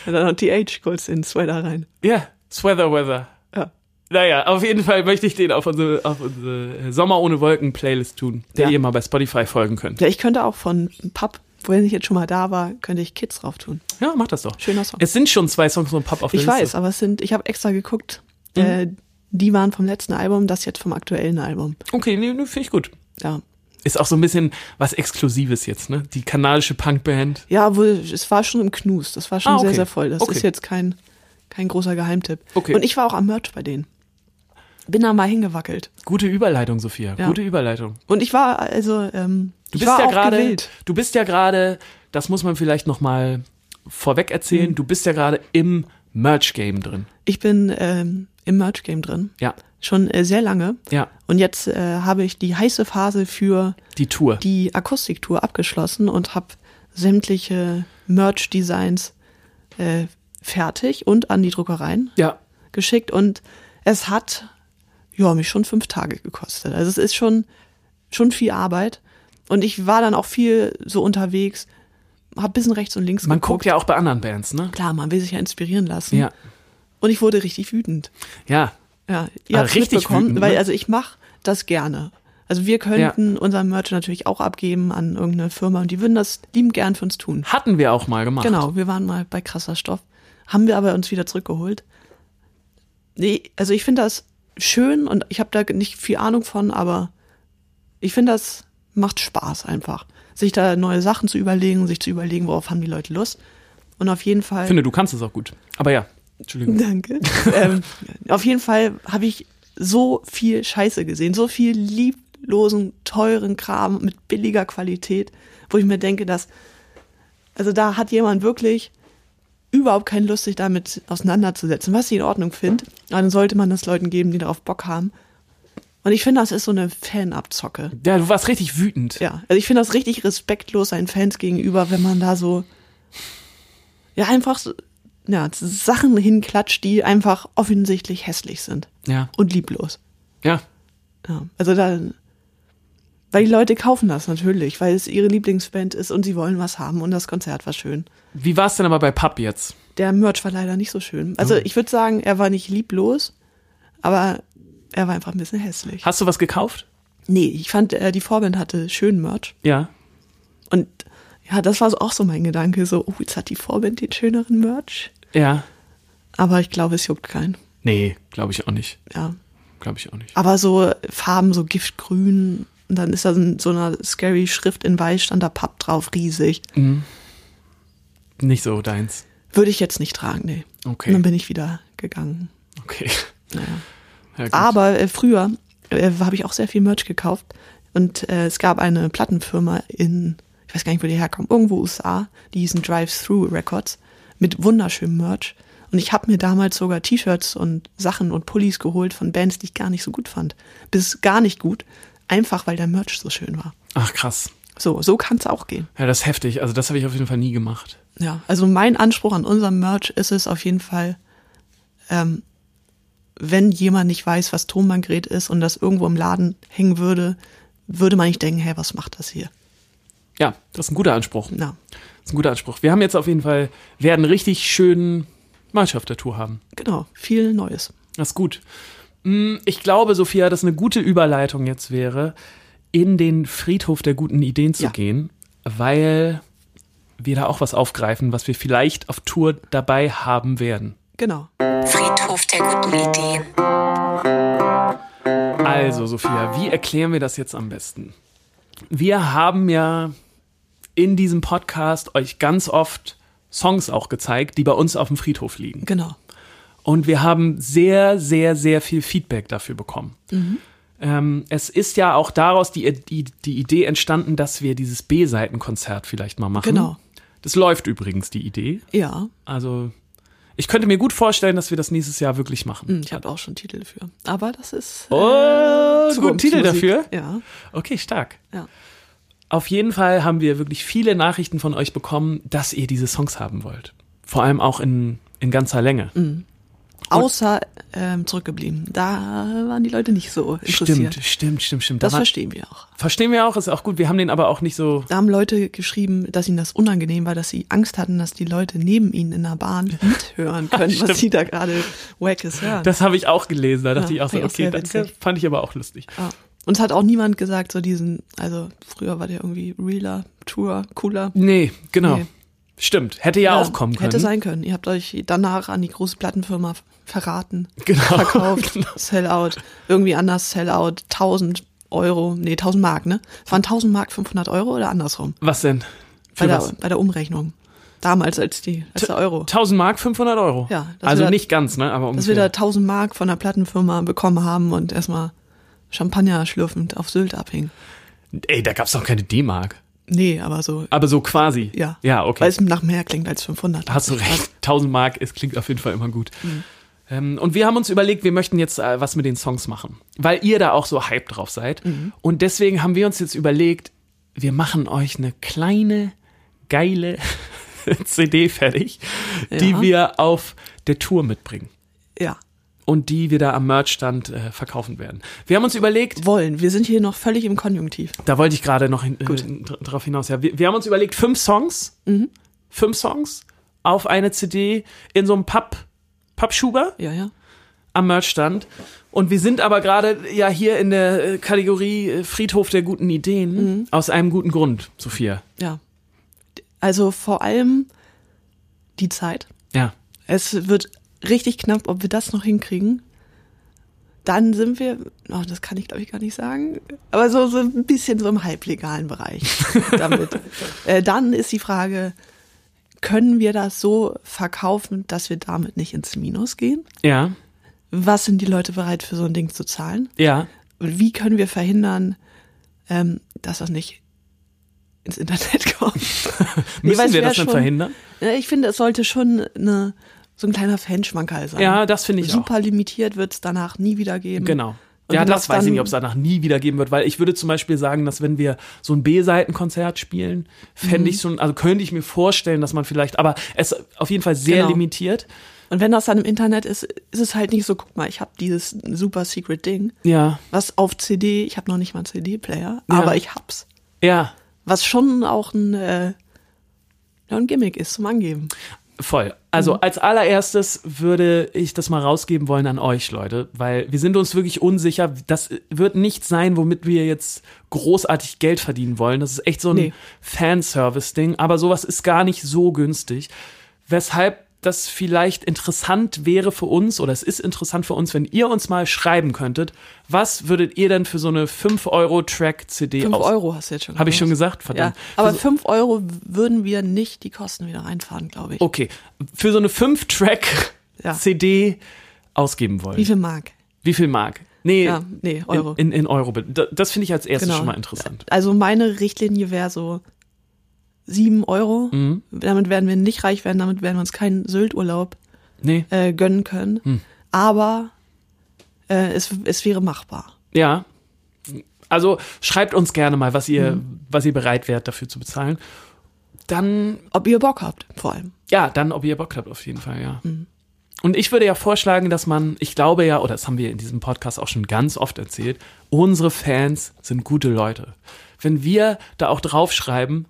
[SPEAKER 3] Und dann noch TH kurz in Sweater rein.
[SPEAKER 2] Ja, Sweater Weather.
[SPEAKER 3] Ja.
[SPEAKER 2] Naja, auf jeden Fall möchte ich den auf unsere, auf unsere Sommer ohne Wolken Playlist tun, der
[SPEAKER 3] Ja.
[SPEAKER 2] ihr mal bei Spotify folgen könnt.
[SPEAKER 3] Ja, ich könnte auch von Pub, wenn ich jetzt schon mal da war, könnte ich Kids drauf tun.
[SPEAKER 2] Ja, macht das doch.
[SPEAKER 3] Schöner Song.
[SPEAKER 2] Es sind schon zwei Songs von Pop auf der
[SPEAKER 3] ich
[SPEAKER 2] Liste.
[SPEAKER 3] weiß, aber es sind, ich habe extra geguckt,
[SPEAKER 2] Mhm.
[SPEAKER 3] äh, die waren vom letzten Album, das jetzt vom aktuellen Album.
[SPEAKER 2] Okay, nee, nee, finde ich gut.
[SPEAKER 3] Ja.
[SPEAKER 2] Ist auch so ein bisschen was Exklusives jetzt, ne? Die kanadische Punkband.
[SPEAKER 3] Ja, obwohl es war schon im Knus, das war schon
[SPEAKER 2] Ah, okay.
[SPEAKER 3] sehr, sehr voll. Das
[SPEAKER 2] Okay.
[SPEAKER 3] ist jetzt kein, kein großer Geheimtipp.
[SPEAKER 2] Okay.
[SPEAKER 3] Und ich war auch am Merch bei denen. Bin da mal hingewackelt.
[SPEAKER 2] Gute Überleitung, Sophia.
[SPEAKER 3] Ja.
[SPEAKER 2] Gute Überleitung.
[SPEAKER 3] Und ich war also, ähm,
[SPEAKER 2] Du
[SPEAKER 3] ich
[SPEAKER 2] bist
[SPEAKER 3] war
[SPEAKER 2] ja
[SPEAKER 3] auch
[SPEAKER 2] gerade,
[SPEAKER 3] gewillt.
[SPEAKER 2] du bist ja gerade, das muss man vielleicht noch mal vorweg erzählen. Du bist ja gerade im Merch Game drin.
[SPEAKER 3] Ich bin ähm, im Merch-Game drin.
[SPEAKER 2] Ja,
[SPEAKER 3] Schon äh, sehr lange.
[SPEAKER 2] ja.
[SPEAKER 3] Und jetzt äh, habe ich die heiße Phase für
[SPEAKER 2] Die Tour.
[SPEAKER 3] die Akustiktour abgeschlossen und habe sämtliche Merch-Designs äh, fertig und an die Druckereien
[SPEAKER 2] ja,
[SPEAKER 3] geschickt. Und es hat ja, mich schon fünf Tage gekostet. Also es ist schon, schon viel Arbeit. Und ich war dann auch viel so unterwegs, habe bisschen rechts und links
[SPEAKER 2] man
[SPEAKER 3] geguckt.
[SPEAKER 2] guckt ja auch bei anderen Bands, ne?
[SPEAKER 3] Klar, man will sich ja inspirieren lassen.
[SPEAKER 2] Ja,
[SPEAKER 3] Und ich wurde richtig wütend.
[SPEAKER 2] ja.
[SPEAKER 3] Ja, ihr
[SPEAKER 2] Ah,
[SPEAKER 3] habt's
[SPEAKER 2] richtig
[SPEAKER 3] mitbekommen,
[SPEAKER 2] wütend,
[SPEAKER 3] weil
[SPEAKER 2] ne?
[SPEAKER 3] also ich mache das gerne. Also wir könnten unser Merch natürlich auch abgeben an irgendeine Firma und die würden das lieben gern für uns tun.
[SPEAKER 2] Hatten wir auch mal gemacht.
[SPEAKER 3] Genau, wir waren mal bei krasser Stoff, haben wir aber uns wieder zurückgeholt. Nee, also ich finde das schön und ich habe da nicht viel Ahnung von, aber ich finde das macht Spaß einfach, sich da neue Sachen zu überlegen, sich zu überlegen, worauf haben die Leute Lust. Und auf jeden Fall
[SPEAKER 2] Ich finde, du kannst es auch gut. Aber ja, Entschuldigung.
[SPEAKER 3] Danke. ähm, auf jeden Fall habe ich so viel Scheiße gesehen, so viel lieblosen, teuren Kram mit billiger Qualität, wo ich mir denke, dass, also da hat jemand wirklich überhaupt keine Lust, sich damit auseinanderzusetzen, was ich in Ordnung finde. Aber Dann sollte man das Leuten geben, die darauf Bock haben. Und ich finde, das ist so eine Fanabzocke.
[SPEAKER 2] Ja, du warst richtig wütend.
[SPEAKER 3] Ja, also ich finde das richtig respektlos seinen Fans gegenüber, wenn man da so ja einfach so, ja, Sachen hinklatscht, die einfach offensichtlich hässlich sind
[SPEAKER 2] Ja,
[SPEAKER 3] und lieblos.
[SPEAKER 2] ja.
[SPEAKER 3] Ja, also da weil die Leute kaufen das natürlich, weil es ihre Lieblingsband ist und sie wollen was haben und das Konzert war schön.
[SPEAKER 2] Wie war es denn aber bei Pub jetzt?
[SPEAKER 3] Der Merch war leider nicht so schön. Also ich würde sagen, er war nicht lieblos, aber er war einfach ein bisschen hässlich.
[SPEAKER 2] Hast du was gekauft?
[SPEAKER 3] Nee, ich fand, äh, die Vorband hatte schön Merch.
[SPEAKER 2] Ja.
[SPEAKER 3] Und ja, das war so auch so mein Gedanke, so, oh, jetzt hat die Vorband den schöneren Merch.
[SPEAKER 2] Ja.
[SPEAKER 3] Aber ich glaube, es juckt keinen.
[SPEAKER 2] Nee, glaube ich auch nicht.
[SPEAKER 3] Ja.
[SPEAKER 2] Glaube ich auch nicht.
[SPEAKER 3] Aber so Farben, so Giftgrün, und dann ist da so ein- so eine scary Schrift in Weiß, stand da Papp drauf, riesig.
[SPEAKER 2] Nicht so deins.
[SPEAKER 3] Würde ich jetzt nicht tragen, nee.
[SPEAKER 2] Okay.
[SPEAKER 3] Und dann bin ich wieder gegangen.
[SPEAKER 2] Okay.
[SPEAKER 3] Naja.
[SPEAKER 2] Ja, gut.
[SPEAKER 3] Aber äh, früher äh, habe ich auch sehr viel Merch gekauft. Und äh, es gab eine Plattenfirma in, ich weiß gar nicht, wo die herkommen, irgendwo USA, die hießen Drive-Through Records mit wunderschönem Merch. Und ich habe mir damals sogar T-Shirts und Sachen und Pullis geholt von Bands, die ich gar nicht so gut fand. Bis gar nicht gut. Einfach weil der Merch so schön war.
[SPEAKER 2] Ach krass.
[SPEAKER 3] So, so kann es auch gehen.
[SPEAKER 2] Ja, das ist heftig. Also das habe ich auf jeden Fall nie gemacht.
[SPEAKER 3] Ja, also mein Anspruch an unserem Merch ist es auf jeden Fall, ähm, wenn jemand nicht weiß, was Tonbandgerät ist und das irgendwo im Laden hängen würde, würde man nicht denken, hey, was macht das hier?
[SPEAKER 2] Ja, das ist ein guter Anspruch. Das
[SPEAKER 3] Na,
[SPEAKER 2] ist ein guter Anspruch. Wir haben jetzt auf jeden Fall, werden richtig schönen Mannschaft-Tattoo haben.
[SPEAKER 3] genau, viel Neues.
[SPEAKER 2] Das ist gut. Mm, Ich glaube, Sophia, dass eine gute Überleitung jetzt wäre, in den Friedhof der guten Ideen zu
[SPEAKER 3] Ja.
[SPEAKER 2] gehen, weil wir da auch was aufgreifen, was wir vielleicht auf Tour dabei haben werden.
[SPEAKER 3] Genau.
[SPEAKER 1] Friedhof der guten Ideen.
[SPEAKER 2] Also, Sophia, wie erklären wir das jetzt am besten? Wir haben ja in diesem Podcast euch ganz oft Songs auch gezeigt, die bei uns auf dem Friedhof liegen.
[SPEAKER 3] Genau.
[SPEAKER 2] Und wir haben sehr, sehr, sehr viel Feedback dafür bekommen. Ähm, es ist ja auch daraus die, die, die Idee entstanden, dass wir dieses B-Seiten-Konzert vielleicht mal machen.
[SPEAKER 3] Genau.
[SPEAKER 2] Das läuft übrigens, die Idee.
[SPEAKER 3] Ja,
[SPEAKER 2] Also, ich könnte mir gut vorstellen, dass wir das nächstes Jahr wirklich machen.
[SPEAKER 3] hm, ich habe auch schon Titel für. Aber das ist. äh,
[SPEAKER 2] Oh, guten Titel
[SPEAKER 3] Zukunftsmusik.
[SPEAKER 2] dafür.
[SPEAKER 3] Ja,
[SPEAKER 2] Okay, stark.
[SPEAKER 3] ja.
[SPEAKER 2] Auf jeden Fall haben wir wirklich viele Nachrichten von euch bekommen, dass ihr diese Songs haben wollt. Vor allem auch in, in ganzer Länge.
[SPEAKER 3] Mhm, Außer ähm, zurückgeblieben. Da waren die Leute nicht so interessiert.
[SPEAKER 2] stimmt, stimmt, stimmt, stimmt. Da
[SPEAKER 3] Das
[SPEAKER 2] war-
[SPEAKER 3] verstehen wir auch.
[SPEAKER 2] verstehen wir auch, ist auch gut. Wir haben den aber auch nicht so
[SPEAKER 3] Da haben Leute geschrieben, dass ihnen das unangenehm war, dass sie Angst hatten, dass die Leute neben ihnen in der Bahn
[SPEAKER 2] [laughs]
[SPEAKER 3] mithören können, was sie da gerade wackes hören.
[SPEAKER 2] Das habe ich auch gelesen. Da dachte
[SPEAKER 3] Ja,
[SPEAKER 2] ich auch so,
[SPEAKER 3] fand ich auch
[SPEAKER 2] okay,
[SPEAKER 3] sehr
[SPEAKER 2] danke.
[SPEAKER 3] witzig.
[SPEAKER 2] Fand ich aber auch lustig.
[SPEAKER 3] ja. Uns hat auch niemand gesagt, so diesen, also früher war der irgendwie realer, tour, cooler.
[SPEAKER 2] Nee, genau.
[SPEAKER 3] Nee.
[SPEAKER 2] Stimmt. Hätte ja, auch kommen können.
[SPEAKER 3] Hätte sein können. Ihr habt euch danach an die große Plattenfirma f- verraten,
[SPEAKER 2] [laughs] [laughs] Genau.
[SPEAKER 3] verkauft, Sellout, irgendwie anders Sellout, 1000 Euro, nee, 1000 Mark, ne? Es waren 1000 Mark 500 Euro oder andersrum?
[SPEAKER 2] was denn?
[SPEAKER 3] Bei
[SPEAKER 2] Für
[SPEAKER 3] der,
[SPEAKER 2] was?
[SPEAKER 3] bei der Umrechnung. Damals als die, als der Euro.
[SPEAKER 2] 1000 Mark, 500 Euro.
[SPEAKER 3] Ja, dass
[SPEAKER 2] also
[SPEAKER 3] wir da-
[SPEAKER 2] nicht ganz, ne? Aber
[SPEAKER 3] dass wir da
[SPEAKER 2] ungefähr.
[SPEAKER 3] 1000 Mark von der Plattenfirma bekommen haben und erstmal Champagner schlürfend auf Sylt abhingen.
[SPEAKER 2] Ey, da gab es doch keine D-Mark.
[SPEAKER 3] Nee, aber so,
[SPEAKER 2] Aber so quasi.
[SPEAKER 3] ja.
[SPEAKER 2] Ah. Ja, okay.
[SPEAKER 3] Weil es nach mehr klingt als 500.
[SPEAKER 2] Hast du recht. 1000 Mark, es klingt auf jeden Fall immer gut. Ähm, und wir haben uns überlegt, wir möchten jetzt äh, was mit den Songs machen, weil ihr da auch so hype drauf seid. Und deswegen haben wir uns jetzt überlegt, wir machen euch eine kleine, geile [laughs] CD fertig, die
[SPEAKER 3] Ja.
[SPEAKER 2] wir auf der Tour mitbringen.
[SPEAKER 3] Ja,
[SPEAKER 2] Und die wir da am Merchstand äh, verkaufen werden. Wir haben uns überlegt,
[SPEAKER 3] wollen. Wir sind hier noch völlig im Konjunktiv.
[SPEAKER 2] da wollte ich gerade noch hin, äh, dr- drauf hinaus. Ja, wir, wir haben uns überlegt, fünf Songs,
[SPEAKER 3] Mhm.
[SPEAKER 2] fünf Songs auf eine CD in so einem Papp, Pappschuber
[SPEAKER 3] Ja, ja.
[SPEAKER 2] am Merchstand. Und wir sind aber gerade ja hier in der äh, Kategorie äh, Friedhof der guten Ideen.
[SPEAKER 3] Mhm.
[SPEAKER 2] Aus einem guten Grund, Sophia.
[SPEAKER 3] Ja. Also vor allem die Zeit.
[SPEAKER 2] Ja.
[SPEAKER 3] Es wird richtig knapp, ob wir das noch hinkriegen. Dann sind wir, oh, das kann ich glaube ich gar nicht sagen, aber so, so ein bisschen so im halblegalen Bereich damit. äh, dann ist die Frage, können wir das so verkaufen, dass wir damit nicht ins Minus gehen?
[SPEAKER 2] Ja.
[SPEAKER 3] Was sind die Leute bereit für so ein Ding zu zahlen?
[SPEAKER 2] Ja.
[SPEAKER 3] Und wie können wir verhindern, ähm, dass das nicht ins Internet [laughs] kommt?
[SPEAKER 2] Müssen
[SPEAKER 3] weil
[SPEAKER 2] wir
[SPEAKER 3] es wär
[SPEAKER 2] das dann
[SPEAKER 3] schon-
[SPEAKER 2] verhindern?
[SPEAKER 3] Ja, ich finde, es sollte schon eine, so ein kleiner Fanschmankerl sein.
[SPEAKER 2] Ja, das finde ich auch.
[SPEAKER 3] Super limitiert wird es danach nie wieder geben.
[SPEAKER 2] Genau.
[SPEAKER 3] Und
[SPEAKER 2] ja,
[SPEAKER 3] wenn
[SPEAKER 2] das
[SPEAKER 3] das
[SPEAKER 2] weiß ich
[SPEAKER 3] dann-
[SPEAKER 2] nicht, ob es danach nie wieder geben wird, weil ich würde zum Beispiel sagen, dass wenn wir so ein B-Seiten-Konzert spielen, fände
[SPEAKER 3] Mhm.
[SPEAKER 2] ich schon, also könnte ich mir vorstellen, dass man vielleicht, aber es ist auf jeden Fall sehr
[SPEAKER 3] Genau.
[SPEAKER 2] limitiert.
[SPEAKER 3] Und wenn das dann im Internet ist, ist es halt nicht so, guck mal, ich habe dieses super secret Ding,
[SPEAKER 2] Ja,
[SPEAKER 3] was auf CD, ich habe noch nicht mal einen CD-Player,
[SPEAKER 2] Ja.
[SPEAKER 3] aber ich hab's.
[SPEAKER 2] ja,
[SPEAKER 3] Was schon auch ein, äh, ja, ein Gimmick ist zum Angeben.
[SPEAKER 2] voll. Also
[SPEAKER 3] Mhm.
[SPEAKER 2] als allererstes würde ich das mal rausgeben wollen an euch, Leute, weil wir sind uns wirklich unsicher. Das wird nicht sein, womit wir jetzt großartig Geld verdienen wollen. Das ist echt so ein
[SPEAKER 3] Nee.
[SPEAKER 2] Fanservice-Ding, aber sowas ist gar nicht so günstig. Weshalb das vielleicht interessant wäre für uns oder es ist interessant für uns, wenn ihr uns mal schreiben könntet, was würdet ihr denn für so eine 5-Euro-Track-CD
[SPEAKER 3] 5
[SPEAKER 2] aus...
[SPEAKER 3] Euro hast du jetzt schon
[SPEAKER 2] Habe ich schon Also
[SPEAKER 3] gesagt.
[SPEAKER 2] gesagt?
[SPEAKER 3] Ja,
[SPEAKER 2] Verdammt.
[SPEAKER 3] aber
[SPEAKER 2] Für so-
[SPEAKER 3] 5 Euro würden wir nicht die Kosten wieder einfahren, glaube ich.
[SPEAKER 2] okay, für so eine [laughs] 5-Track-CD
[SPEAKER 3] Ja.
[SPEAKER 2] ausgeben wollen.
[SPEAKER 3] Wie viel Mark?
[SPEAKER 2] Wie viel Mark? Nee,
[SPEAKER 3] Ja, nee, Euro.
[SPEAKER 2] In, in, in Euro. bitte. Da- Das finde ich als erstes
[SPEAKER 3] Genau.
[SPEAKER 2] schon mal interessant.
[SPEAKER 3] Also meine Richtlinie wäre so 7 Euro.
[SPEAKER 2] Mhm.
[SPEAKER 3] Damit werden wir nicht reich werden, damit werden wir uns keinen Sylt-Urlaub
[SPEAKER 2] Nee,
[SPEAKER 3] äh, gönnen können.
[SPEAKER 2] Hm.
[SPEAKER 3] Aber äh, es, es wäre machbar.
[SPEAKER 2] ja. Also schreibt uns gerne mal, was ihr,
[SPEAKER 3] Mhm.
[SPEAKER 2] was ihr bereit wärt, dafür zu bezahlen. Dann
[SPEAKER 3] Ob ihr Bock habt, vor allem.
[SPEAKER 2] Ja, dann, ob ihr Bock habt, auf jeden Fall, ja.
[SPEAKER 3] Mhm.
[SPEAKER 2] Und ich würde ja vorschlagen, dass man, ich glaube ja, oder das haben wir in diesem Podcast auch schon ganz oft erzählt, unsere Fans sind gute Leute. Wenn wir da auch draufschreiben,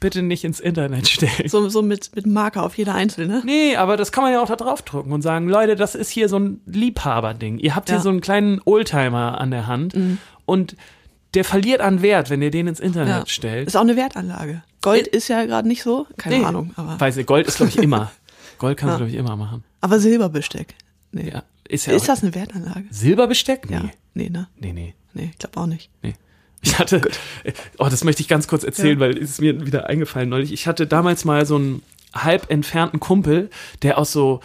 [SPEAKER 2] bitte nicht ins Internet [laughs] stellen.
[SPEAKER 3] So, so mit, mit Marker auf jeder einzelne.
[SPEAKER 2] Nee, aber das kann man ja auch da draufdrucken und sagen, Leute, das ist hier so ein Liebhaberding. Ihr habt hier
[SPEAKER 3] Ja. Mhm.
[SPEAKER 2] so einen kleinen Oldtimer an der Hand und der verliert an Wert, wenn ihr den ins Internet
[SPEAKER 3] Ja.
[SPEAKER 2] stellt.
[SPEAKER 3] Ist auch eine Wertanlage. Gold ist ja gerade nicht so, keine Ahnung, aber,
[SPEAKER 2] Weiß ihr, Gold ist, glaube ich,
[SPEAKER 3] [laughs]
[SPEAKER 2] immer. Gold kannst du, glaube ich, immer machen.
[SPEAKER 3] aber Silberbesteck. Nee.
[SPEAKER 2] Ja, ist ja
[SPEAKER 3] Ist
[SPEAKER 2] auch-
[SPEAKER 3] das eine Wertanlage?
[SPEAKER 2] Silberbesteck? Nee.
[SPEAKER 3] Ja. Nee, ne?
[SPEAKER 2] Nee, nee,
[SPEAKER 3] Nee, ich glaube auch nicht.
[SPEAKER 2] nee. Ich hatte, oh, das möchte ich ganz kurz erzählen, weil es ist mir wieder eingefallen neulich. Ich hatte damals mal so einen halb entfernten Kumpel, der aus so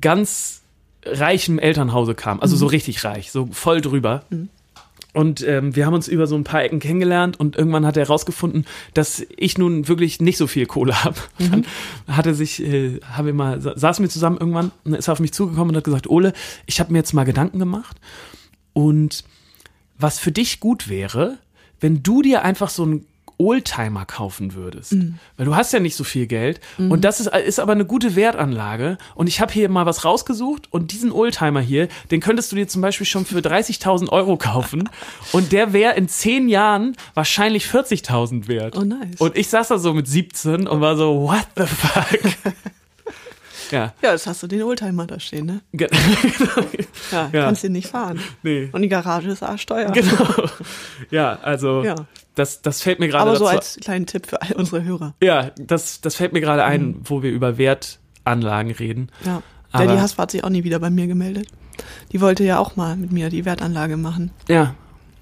[SPEAKER 2] ganz reichem Elternhause kam. Also so richtig reich, so voll drüber. Und ähm, wir haben uns über so ein paar Ecken kennengelernt und irgendwann hat er herausgefunden, dass ich nun wirklich nicht so viel Kohle habe. Dann hat er sich, äh, habe mal, sa- saßen wir zusammen irgendwann und ist er auf mich zugekommen und hat gesagt, Ole, ich habe mir jetzt mal Gedanken gemacht und was für dich gut wäre, wenn du dir einfach so einen Oldtimer kaufen würdest.
[SPEAKER 3] Mhm.
[SPEAKER 2] Weil du hast ja nicht so viel Geld. Und das ist, ist aber eine gute Wertanlage. Und ich habe hier mal was rausgesucht und diesen Oldtimer hier, den könntest du dir zum Beispiel schon für 30.000 Euro
[SPEAKER 3] [laughs]
[SPEAKER 2] kaufen. und der wäre in zehn Jahren wahrscheinlich 40.000 wert.
[SPEAKER 3] Oh, nice.
[SPEAKER 2] Und ich saß da so mit 17 und war so, what the fuck?
[SPEAKER 3] [laughs]
[SPEAKER 2] ja.
[SPEAKER 3] Ja, jetzt hast du den Oldtimer da stehen, ne?
[SPEAKER 2] Ge- [laughs]
[SPEAKER 3] Ja,
[SPEAKER 2] Ja.
[SPEAKER 3] kannst den nicht fahren.
[SPEAKER 2] nee.
[SPEAKER 3] Und die Garage
[SPEAKER 2] [laughs]
[SPEAKER 3] ist arschteuer.
[SPEAKER 2] Genau. Ja, also
[SPEAKER 3] Ja.
[SPEAKER 2] Das, das fällt mir gerade
[SPEAKER 3] Aber so
[SPEAKER 2] dazu-
[SPEAKER 3] als kleinen Tipp für all unsere Hörer.
[SPEAKER 2] Ja, das, das fällt mir gerade ein,
[SPEAKER 3] Mhm.
[SPEAKER 2] wo wir über Wertanlagen reden.
[SPEAKER 3] Ja.
[SPEAKER 2] Aber-
[SPEAKER 3] Daddy Hasper hat sich auch nie wieder bei mir gemeldet. Die wollte ja auch mal mit mir die Wertanlage machen.
[SPEAKER 2] Ja.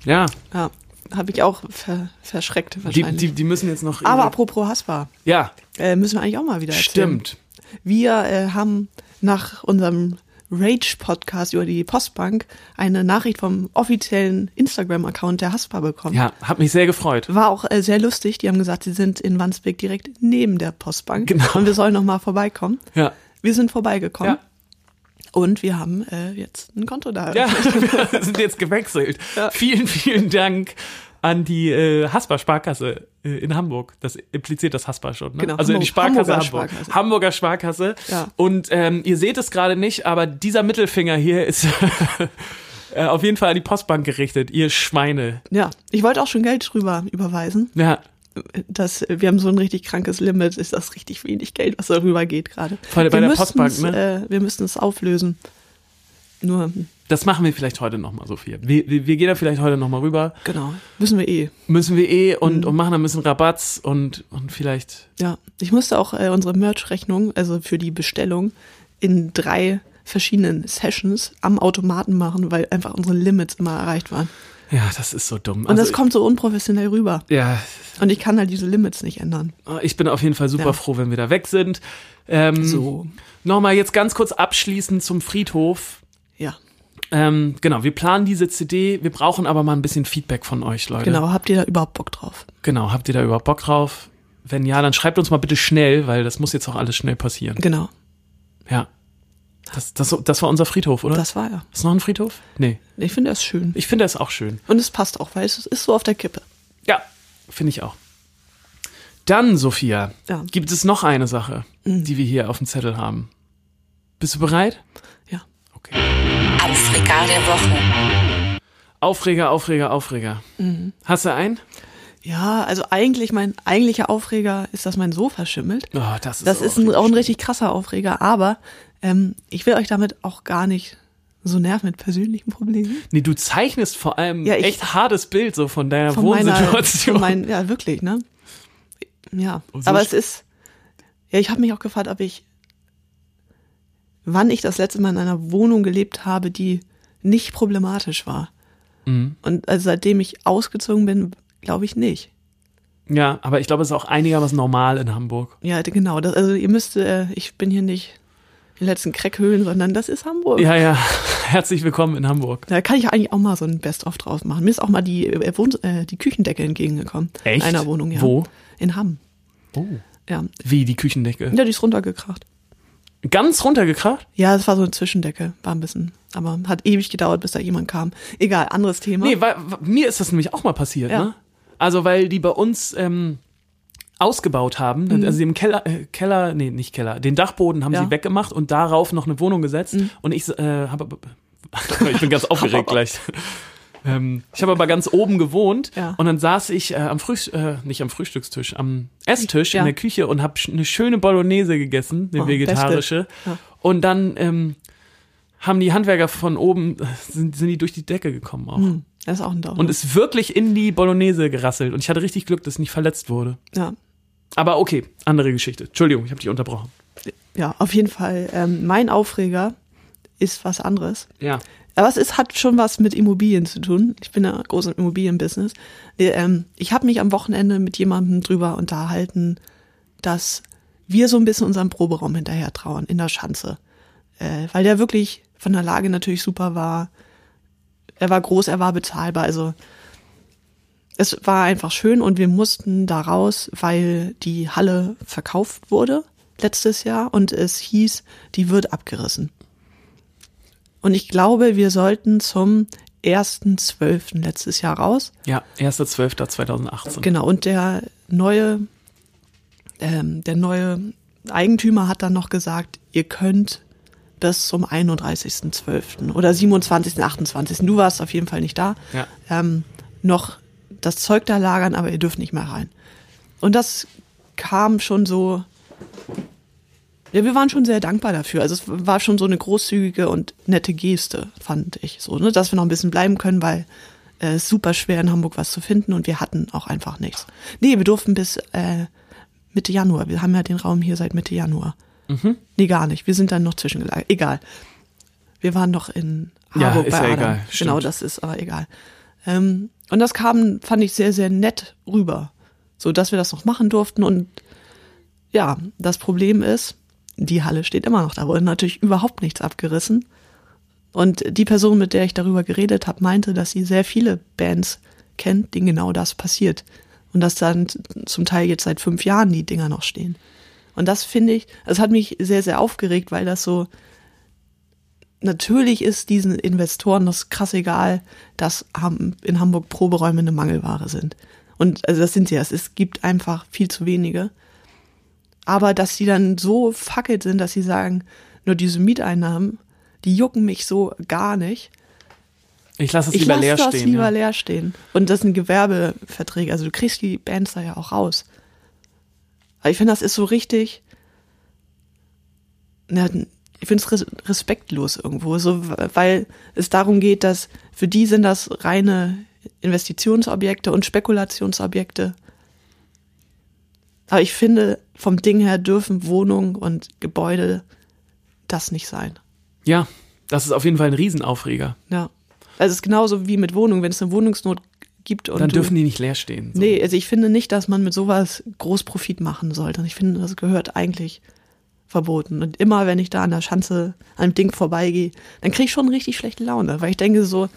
[SPEAKER 2] Ja.
[SPEAKER 3] Ja, habe ich auch ver verschreckt
[SPEAKER 2] Die,
[SPEAKER 3] wahrscheinlich.
[SPEAKER 2] die, die müssen jetzt noch.
[SPEAKER 3] Aber
[SPEAKER 2] ihre-
[SPEAKER 3] apropos Hasper,
[SPEAKER 2] ja,
[SPEAKER 3] äh, müssen wir eigentlich auch mal wieder erzählen.
[SPEAKER 2] stimmt.
[SPEAKER 3] Wir äh, haben nach unserem Rage-Podcast über die Postbank eine Nachricht vom offiziellen Instagram-Account der Hasper bekommen.
[SPEAKER 2] Ja, hat mich sehr gefreut.
[SPEAKER 3] War auch äh, sehr lustig. Die haben gesagt, sie sind in Wandsbek direkt neben der Postbank.
[SPEAKER 2] Genau.
[SPEAKER 3] Und wir sollen noch mal vorbeikommen.
[SPEAKER 2] Ja.
[SPEAKER 3] Wir sind vorbeigekommen.
[SPEAKER 2] Ja.
[SPEAKER 3] Und wir haben äh, jetzt ein Konto da.
[SPEAKER 2] Ja, [laughs] wir sind jetzt gewechselt.
[SPEAKER 3] Ja.
[SPEAKER 2] Vielen, vielen Dank an die äh, Hasper Sparkasse äh, in Hamburg. Das impliziert das Hasper schon. Ne?
[SPEAKER 3] Genau,
[SPEAKER 2] also in die
[SPEAKER 3] Hamburg-
[SPEAKER 2] Sparkasse
[SPEAKER 3] Hamburger
[SPEAKER 2] Hamburg.
[SPEAKER 3] Sparkasse.
[SPEAKER 2] Hamburger Sparkasse.
[SPEAKER 3] Ja.
[SPEAKER 2] Und ähm, ihr seht es gerade nicht, aber dieser Mittelfinger hier ist [laughs] äh, auf jeden Fall an die Postbank gerichtet. Ihr Schweine.
[SPEAKER 3] Ja, ich wollte auch schon Geld drüber überweisen.
[SPEAKER 2] Ja.
[SPEAKER 3] Das, äh, wir haben so ein richtig krankes Limit. Ist das richtig wenig Geld, was darüber geht gerade?
[SPEAKER 2] Vor allem bei
[SPEAKER 3] Wir
[SPEAKER 2] der
[SPEAKER 3] müssten's,
[SPEAKER 2] Postbank, ne?
[SPEAKER 3] Äh, wir müssen es auflösen. Nur,
[SPEAKER 2] Das machen wir vielleicht heute nochmal, Sophia. Wir, wir, wir gehen da vielleicht heute nochmal rüber.
[SPEAKER 3] genau, müssen wir eh.
[SPEAKER 2] Müssen wir eh und,
[SPEAKER 3] Mhm.
[SPEAKER 2] und machen da ein bisschen Rabatz und, und vielleicht.
[SPEAKER 3] Ja, ich musste auch äh, unsere Merch-Rechnung, also für die Bestellung, in drei verschiedenen Sessions am Automaten machen, weil einfach unsere Limits immer erreicht waren.
[SPEAKER 2] Ja, das ist so dumm. Also,
[SPEAKER 3] Und das kommt so unprofessionell rüber.
[SPEAKER 2] Ja,
[SPEAKER 3] Und ich kann halt diese Limits nicht ändern.
[SPEAKER 2] ich bin auf jeden Fall super
[SPEAKER 3] Ja.
[SPEAKER 2] froh, wenn wir da weg sind. Ähm,
[SPEAKER 3] So.
[SPEAKER 2] Nochmal jetzt ganz kurz abschließend zum Friedhof.
[SPEAKER 3] Ja,
[SPEAKER 2] Ähm, genau, wir planen diese CD, wir brauchen aber mal ein bisschen Feedback von euch, Leute.
[SPEAKER 3] genau. Habt ihr da überhaupt Bock drauf?
[SPEAKER 2] Genau, habt ihr da überhaupt Bock drauf? Wenn ja, dann schreibt uns mal bitte schnell, weil das muss jetzt auch alles schnell passieren.
[SPEAKER 3] Genau.
[SPEAKER 2] Ja. Das, das, das war unser Friedhof, oder?
[SPEAKER 3] Das war ja.
[SPEAKER 2] ist noch ein Friedhof? Nee.
[SPEAKER 3] Ich finde das schön.
[SPEAKER 2] Ich finde, das ist auch schön.
[SPEAKER 3] Und es passt auch, weil es ist so auf der Kippe.
[SPEAKER 2] Ja, finde ich auch. Dann, Sophia,
[SPEAKER 3] Ja. Mhm.
[SPEAKER 2] gibt es noch eine Sache, die wir hier auf dem Zettel haben. Bist du bereit?
[SPEAKER 3] Ja.
[SPEAKER 2] Okay.
[SPEAKER 1] Auf Regal der Woche.
[SPEAKER 2] Aufreger, Aufreger, Aufreger.
[SPEAKER 3] Mhm.
[SPEAKER 2] Hast du einen?
[SPEAKER 3] Ja, also eigentlich mein eigentlicher Aufreger ist, dass mein Sofa schimmelt.
[SPEAKER 2] Oh, das ist,
[SPEAKER 3] Das
[SPEAKER 2] aber
[SPEAKER 3] ist ein,
[SPEAKER 2] richtig
[SPEAKER 3] auch ein
[SPEAKER 2] schlimm.
[SPEAKER 3] richtig krasser Aufreger, aber ähm, ich will euch damit auch gar nicht so nerven mit persönlichen Problemen.
[SPEAKER 2] Nee, du zeichnest vor allem
[SPEAKER 3] Ja, ich-
[SPEAKER 2] echt hartes Bild so von deiner
[SPEAKER 3] Von meiner,
[SPEAKER 2] Wohnsituation.
[SPEAKER 3] von meinen, ja, wirklich, ne? Ja,
[SPEAKER 2] Und so
[SPEAKER 3] aber
[SPEAKER 2] sch-
[SPEAKER 3] es ist, ja, ich habe mich auch gefragt, ob ich wann ich das letzte Mal in einer Wohnung gelebt habe, die nicht problematisch war.
[SPEAKER 2] Mhm.
[SPEAKER 3] Und also seitdem ich ausgezogen bin, glaube ich nicht.
[SPEAKER 2] [laughs] Ja, aber ich glaube, es ist auch einigermaßen normal in Hamburg.
[SPEAKER 3] Ja, genau. Das, also ihr müsst, äh, ich bin hier nicht in den letzten Crackhöhlen, sondern das ist Hamburg.
[SPEAKER 2] Ja, ja. [laughs] Herzlich willkommen in Hamburg.
[SPEAKER 3] Da kann ich eigentlich auch mal so ein Best-of draus machen. Mir ist auch mal die, äh, Wohn äh, die Küchendecke entgegengekommen.
[SPEAKER 2] Echt?
[SPEAKER 3] In einer Wohnung, ja.
[SPEAKER 2] Wo?
[SPEAKER 3] In Hamm.
[SPEAKER 2] Oh.
[SPEAKER 3] Ja.
[SPEAKER 2] Wie die Küchendecke.
[SPEAKER 3] ja, die ist runtergekracht.
[SPEAKER 2] Ganz runtergekracht?
[SPEAKER 3] Ja, es war so eine Zwischendecke, war ein bisschen, aber hat ewig gedauert, bis da jemand kam. Egal, anderes Thema.
[SPEAKER 2] Nee, weil, weil- mir ist das nämlich auch mal passiert,
[SPEAKER 3] Ja.
[SPEAKER 2] ne? Also, weil die bei uns ähm, ausgebaut haben, also den Keller, äh, Keller, nee, nicht Keller, den Dachboden haben
[SPEAKER 3] Mhm. Ja. Mhm.
[SPEAKER 2] sie weggemacht und darauf noch eine Wohnung gesetzt. Und ich äh, habe, [laughs] ich bin ganz [laughs] aufgeregt gleich. Ähm, ich habe aber ganz oben gewohnt
[SPEAKER 3] Ja.
[SPEAKER 2] und dann saß ich äh, am Frühst äh, nicht am Frühstückstisch, am Esstisch
[SPEAKER 3] Ja.
[SPEAKER 2] in der Küche und habe sch eine schöne Bolognese gegessen, eine
[SPEAKER 3] Oh,
[SPEAKER 2] vegetarische.
[SPEAKER 3] Ja.
[SPEAKER 2] Und dann ähm, haben die Handwerker von oben, äh, sind, sind die durch die Decke gekommen auch.
[SPEAKER 3] Hm, Das ist auch ein Dauer.
[SPEAKER 2] Und ist wirklich in die Bolognese gerasselt. Und ich hatte richtig Glück, dass ich nicht verletzt wurde.
[SPEAKER 3] ja.
[SPEAKER 2] Aber okay, andere Geschichte. Entschuldigung, ich habe dich unterbrochen.
[SPEAKER 3] ja, auf jeden Fall. Ähm, mein Aufreger ist was anderes.
[SPEAKER 2] Ja.
[SPEAKER 3] Aber es ist, hat schon was mit Immobilien zu tun. Ich bin ja groß im Immobilienbusiness. Nee, ähm, Ich habe mich am Wochenende mit jemandem drüber unterhalten, dass wir so ein bisschen unserem Proberaum hinterher trauen in der Schanze. Äh, Weil der wirklich von der Lage natürlich super war. Er war groß, er war bezahlbar. Also es war einfach schön und wir mussten da raus, weil die Halle verkauft wurde letztes Jahr und es hieß, die wird abgerissen. Und ich glaube, wir sollten zum 1.12. letztes Jahr raus.
[SPEAKER 2] Ja, 1.12.2018.
[SPEAKER 3] Genau, und der neue, ähm, der neue Eigentümer hat dann noch gesagt, ihr könnt bis zum 31.12. oder 27., 28. Du warst auf jeden Fall nicht da.
[SPEAKER 2] Ja.
[SPEAKER 3] Ähm, noch das Zeug da lagern, aber ihr dürft nicht mehr rein. Und das kam schon so. Ja, wir waren schon sehr dankbar dafür. Also es war schon so eine großzügige und nette Geste, fand ich so, ne? dass wir noch ein bisschen bleiben können, weil äh, es ist super schwer in Hamburg was zu finden und wir hatten auch einfach nichts. Nee, wir durften bis äh, Mitte Januar. Wir haben ja den Raum hier seit Mitte Januar.
[SPEAKER 2] Mhm.
[SPEAKER 3] Nee, gar nicht. Wir sind dann noch zwischengelagert. Egal. Wir waren noch in
[SPEAKER 2] Ja,
[SPEAKER 3] Harburg
[SPEAKER 2] ist
[SPEAKER 3] bei
[SPEAKER 2] ja
[SPEAKER 3] Adam.
[SPEAKER 2] egal.
[SPEAKER 3] Genau,
[SPEAKER 2] Stimmt.
[SPEAKER 3] das ist aber egal. Ähm, und das kam, fand ich sehr, sehr nett rüber. So, dass wir das noch machen durften. Und ja, das Problem ist, die Halle steht immer noch da. Wurde natürlich überhaupt nichts abgerissen. Und die Person, mit der ich darüber geredet habe, meinte, dass sie sehr viele Bands kennt, denen genau das passiert. Und dass dann zum Teil jetzt seit fünf Jahren die Dinger noch stehen. Und das finde ich, das hat mich sehr, sehr aufgeregt, weil das so, natürlich ist diesen Investoren das krass egal, dass Ham- in Hamburg Proberäume eine Mangelware sind. Und also das sind sie ja. Es gibt einfach viel zu wenige. Aber dass die dann so fackelt sind, dass sie sagen, nur diese Mieteinnahmen, die jucken mich so gar nicht.
[SPEAKER 2] Ich lasse es
[SPEAKER 3] Ich
[SPEAKER 2] lieber
[SPEAKER 3] lasse
[SPEAKER 2] leer
[SPEAKER 3] das
[SPEAKER 2] stehen.
[SPEAKER 3] lieber
[SPEAKER 2] ja.
[SPEAKER 3] leer stehen. Und das sind Gewerbeverträge, also du kriegst die Bands da ja auch raus. Aber ich finde, das ist so richtig. Na, ich finde es respektlos irgendwo, so, weil es darum geht, dass für die sind das reine Investitionsobjekte und Spekulationsobjekte. Aber ich finde, vom Ding her dürfen Wohnungen und Gebäude das nicht sein.
[SPEAKER 2] ja, das ist auf jeden Fall ein Riesenaufreger.
[SPEAKER 3] Ja. Also es ist genauso wie mit Wohnungen. Wenn es eine Wohnungsnot gibt und
[SPEAKER 2] Dann
[SPEAKER 3] du,
[SPEAKER 2] dürfen die nicht leer stehen. So.
[SPEAKER 3] Nee, also ich finde nicht, dass man mit sowas groß Profit machen sollte. Also Ich finde, das gehört eigentlich verboten. Und immer, wenn ich da an der Schanze an dem Ding vorbeigehe, dann kriege ich schon richtig schlechte Laune, weil ich denke so,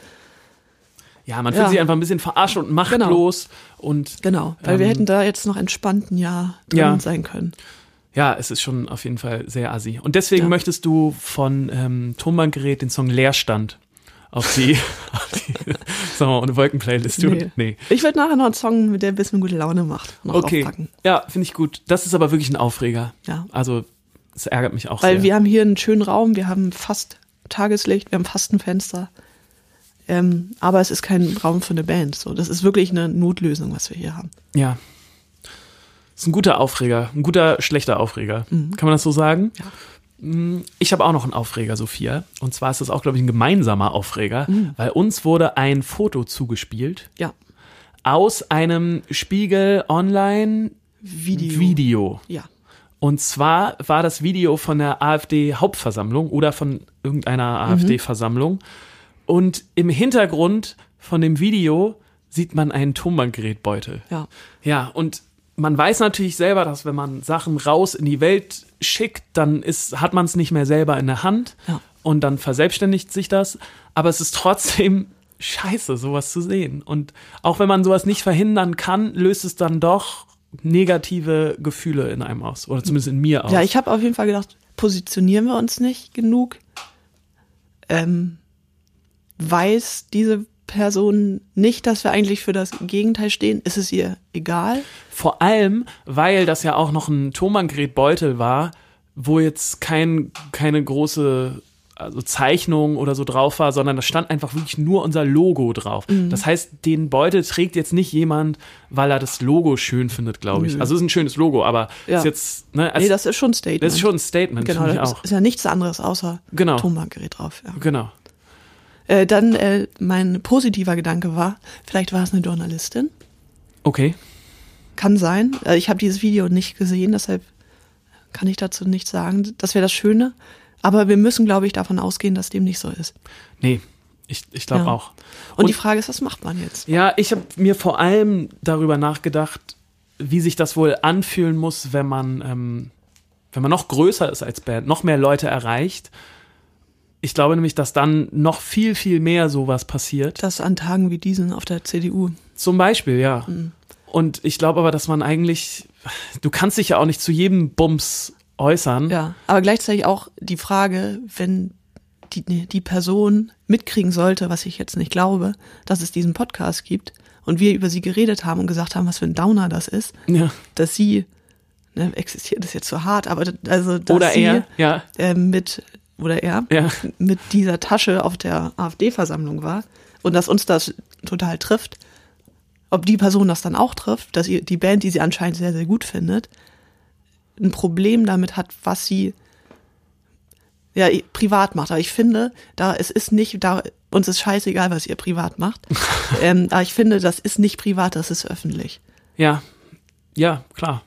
[SPEAKER 2] Ja, man fühlt
[SPEAKER 3] Ja.
[SPEAKER 2] sich einfach ein bisschen verarscht und machtlos. Und
[SPEAKER 3] genau, weil wir
[SPEAKER 2] Ähm.
[SPEAKER 3] hätten da jetzt noch entspannt ein Jahr drin
[SPEAKER 2] Ja.
[SPEAKER 3] sein können.
[SPEAKER 2] ja, es ist schon auf jeden Fall sehr assi. Und deswegen
[SPEAKER 3] Ja.
[SPEAKER 2] möchtest du von ähm, Tonbandgerät den Song Leerstand auf die, [laughs] auf die sagen wir mal, eine Wolkenplaylist tun?
[SPEAKER 3] Nee.
[SPEAKER 2] nee.
[SPEAKER 3] Ich würde nachher noch einen Song, mit der ein bisschen gute Laune macht, noch
[SPEAKER 2] Okay.
[SPEAKER 3] draufpacken.
[SPEAKER 2] Ja, finde ich gut. Das ist aber wirklich ein Aufreger.
[SPEAKER 3] Ja.
[SPEAKER 2] Also, es ärgert mich auch
[SPEAKER 3] Weil
[SPEAKER 2] sehr.
[SPEAKER 3] wir haben hier einen schönen Raum, wir haben fast Tageslicht, wir haben fast ein Fenster. Ähm, aber es ist kein Raum für eine Band. So, das ist wirklich eine Notlösung, was wir hier haben.
[SPEAKER 2] ja. Ist ein guter Aufreger, ein guter, schlechter Aufreger. Kann man das so sagen?
[SPEAKER 3] Mhm. Ja.
[SPEAKER 2] Mm, Ich habe auch noch einen Aufreger, Sophia. Und zwar ist das auch, glaube ich, ein gemeinsamer Aufreger,
[SPEAKER 3] Mhm.
[SPEAKER 2] weil uns wurde ein Foto zugespielt
[SPEAKER 3] Ja,
[SPEAKER 2] aus einem Spiegel Online
[SPEAKER 3] Video.
[SPEAKER 2] Video.
[SPEAKER 3] Ja.
[SPEAKER 2] Und zwar war das Video von der AfD-Hauptversammlung oder von irgendeiner AfD-Versammlung. Und im Hintergrund von dem Video sieht man einen Tonbandgerätbeutel.
[SPEAKER 3] Ja.
[SPEAKER 2] Ja, und man weiß natürlich selber, dass wenn man Sachen raus in die Welt schickt, dann ist, hat man es nicht mehr selber in der Hand
[SPEAKER 3] Ja.
[SPEAKER 2] und dann verselbstständigt sich das. Aber es ist trotzdem [laughs] scheiße, sowas zu sehen. Und auch wenn man sowas nicht verhindern kann, löst es dann doch negative Gefühle in einem aus. Oder zumindest in mir aus.
[SPEAKER 3] Ja, ich habe auf jeden Fall gedacht, positionieren wir uns nicht genug? Ähm, weiß diese Person nicht, dass wir eigentlich für das Gegenteil stehen? Ist es ihr egal?
[SPEAKER 2] Vor allem, weil das ja auch noch ein Thomann-Gerät-Beutel war, wo jetzt kein, keine große also Zeichnung oder so drauf war, sondern da stand einfach wirklich nur unser Logo drauf.
[SPEAKER 3] Mhm.
[SPEAKER 2] Das heißt, den Beutel trägt jetzt nicht jemand, weil er das Logo schön findet, glaube ich. Also es ist ein schönes Logo, aber
[SPEAKER 3] Mhm. Ja.
[SPEAKER 2] ist jetzt, ne, als,
[SPEAKER 3] Nee, das ist schon ein Statement.
[SPEAKER 2] das ist schon ein Statement,
[SPEAKER 3] genau,
[SPEAKER 2] finde ich
[SPEAKER 3] das
[SPEAKER 2] auch.
[SPEAKER 3] ist ja nichts anderes außer
[SPEAKER 2] Genau.
[SPEAKER 3] Tonbandgerät drauf. Ja.
[SPEAKER 2] Genau.
[SPEAKER 3] Äh, dann äh, mein positiver Gedanke war, vielleicht war es eine Journalistin.
[SPEAKER 2] Okay.
[SPEAKER 3] Kann sein. Äh, Ich habe dieses Video nicht gesehen, deshalb kann ich dazu nichts sagen. Das wäre das Schöne. Aber wir müssen, glaube ich, davon ausgehen, dass dem nicht so ist.
[SPEAKER 2] Nee, ich, ich glaube
[SPEAKER 3] Ja.
[SPEAKER 2] auch.
[SPEAKER 3] Und, die Frage ist, was macht man jetzt?
[SPEAKER 2] Ja, ich habe mir vor allem darüber nachgedacht, wie sich das wohl anfühlen muss, wenn man, ähm, wenn man noch größer ist als Band, noch mehr Leute erreicht. Ich glaube nämlich, dass dann noch viel, viel mehr sowas passiert.
[SPEAKER 3] Das an Tagen wie diesen auf der CDU.
[SPEAKER 2] Zum Beispiel, ja.
[SPEAKER 3] Mhm.
[SPEAKER 2] Und ich glaube aber, dass man eigentlich, du kannst dich ja auch nicht zu jedem Bums äußern.
[SPEAKER 3] Ja. Aber gleichzeitig auch die Frage, wenn die, nee, die Person mitkriegen sollte, was ich jetzt nicht glaube, dass es diesen Podcast gibt und wir über sie geredet haben und gesagt haben, was für ein Downer das ist,
[SPEAKER 2] Ja.
[SPEAKER 3] dass sie, ne, existiert ist jetzt so hart, aber d- also, dass
[SPEAKER 2] Oder
[SPEAKER 3] sie,
[SPEAKER 2] er, ja.
[SPEAKER 3] äh, mit, oder er,
[SPEAKER 2] Ja.
[SPEAKER 3] mit dieser Tasche auf der AfD-Versammlung war und dass uns das total trifft, ob die Person das dann auch trifft, dass ihr, die Band, die sie anscheinend sehr, sehr gut findet, ein Problem damit hat, was sie ja, i- privat macht. Aber ich finde, da es ist nicht, da uns ist scheißegal, was ihr
[SPEAKER 2] [laughs]
[SPEAKER 3] privat macht. ähm, aber ich finde, das ist nicht privat, das ist öffentlich.
[SPEAKER 2] Ja. Ja, klar.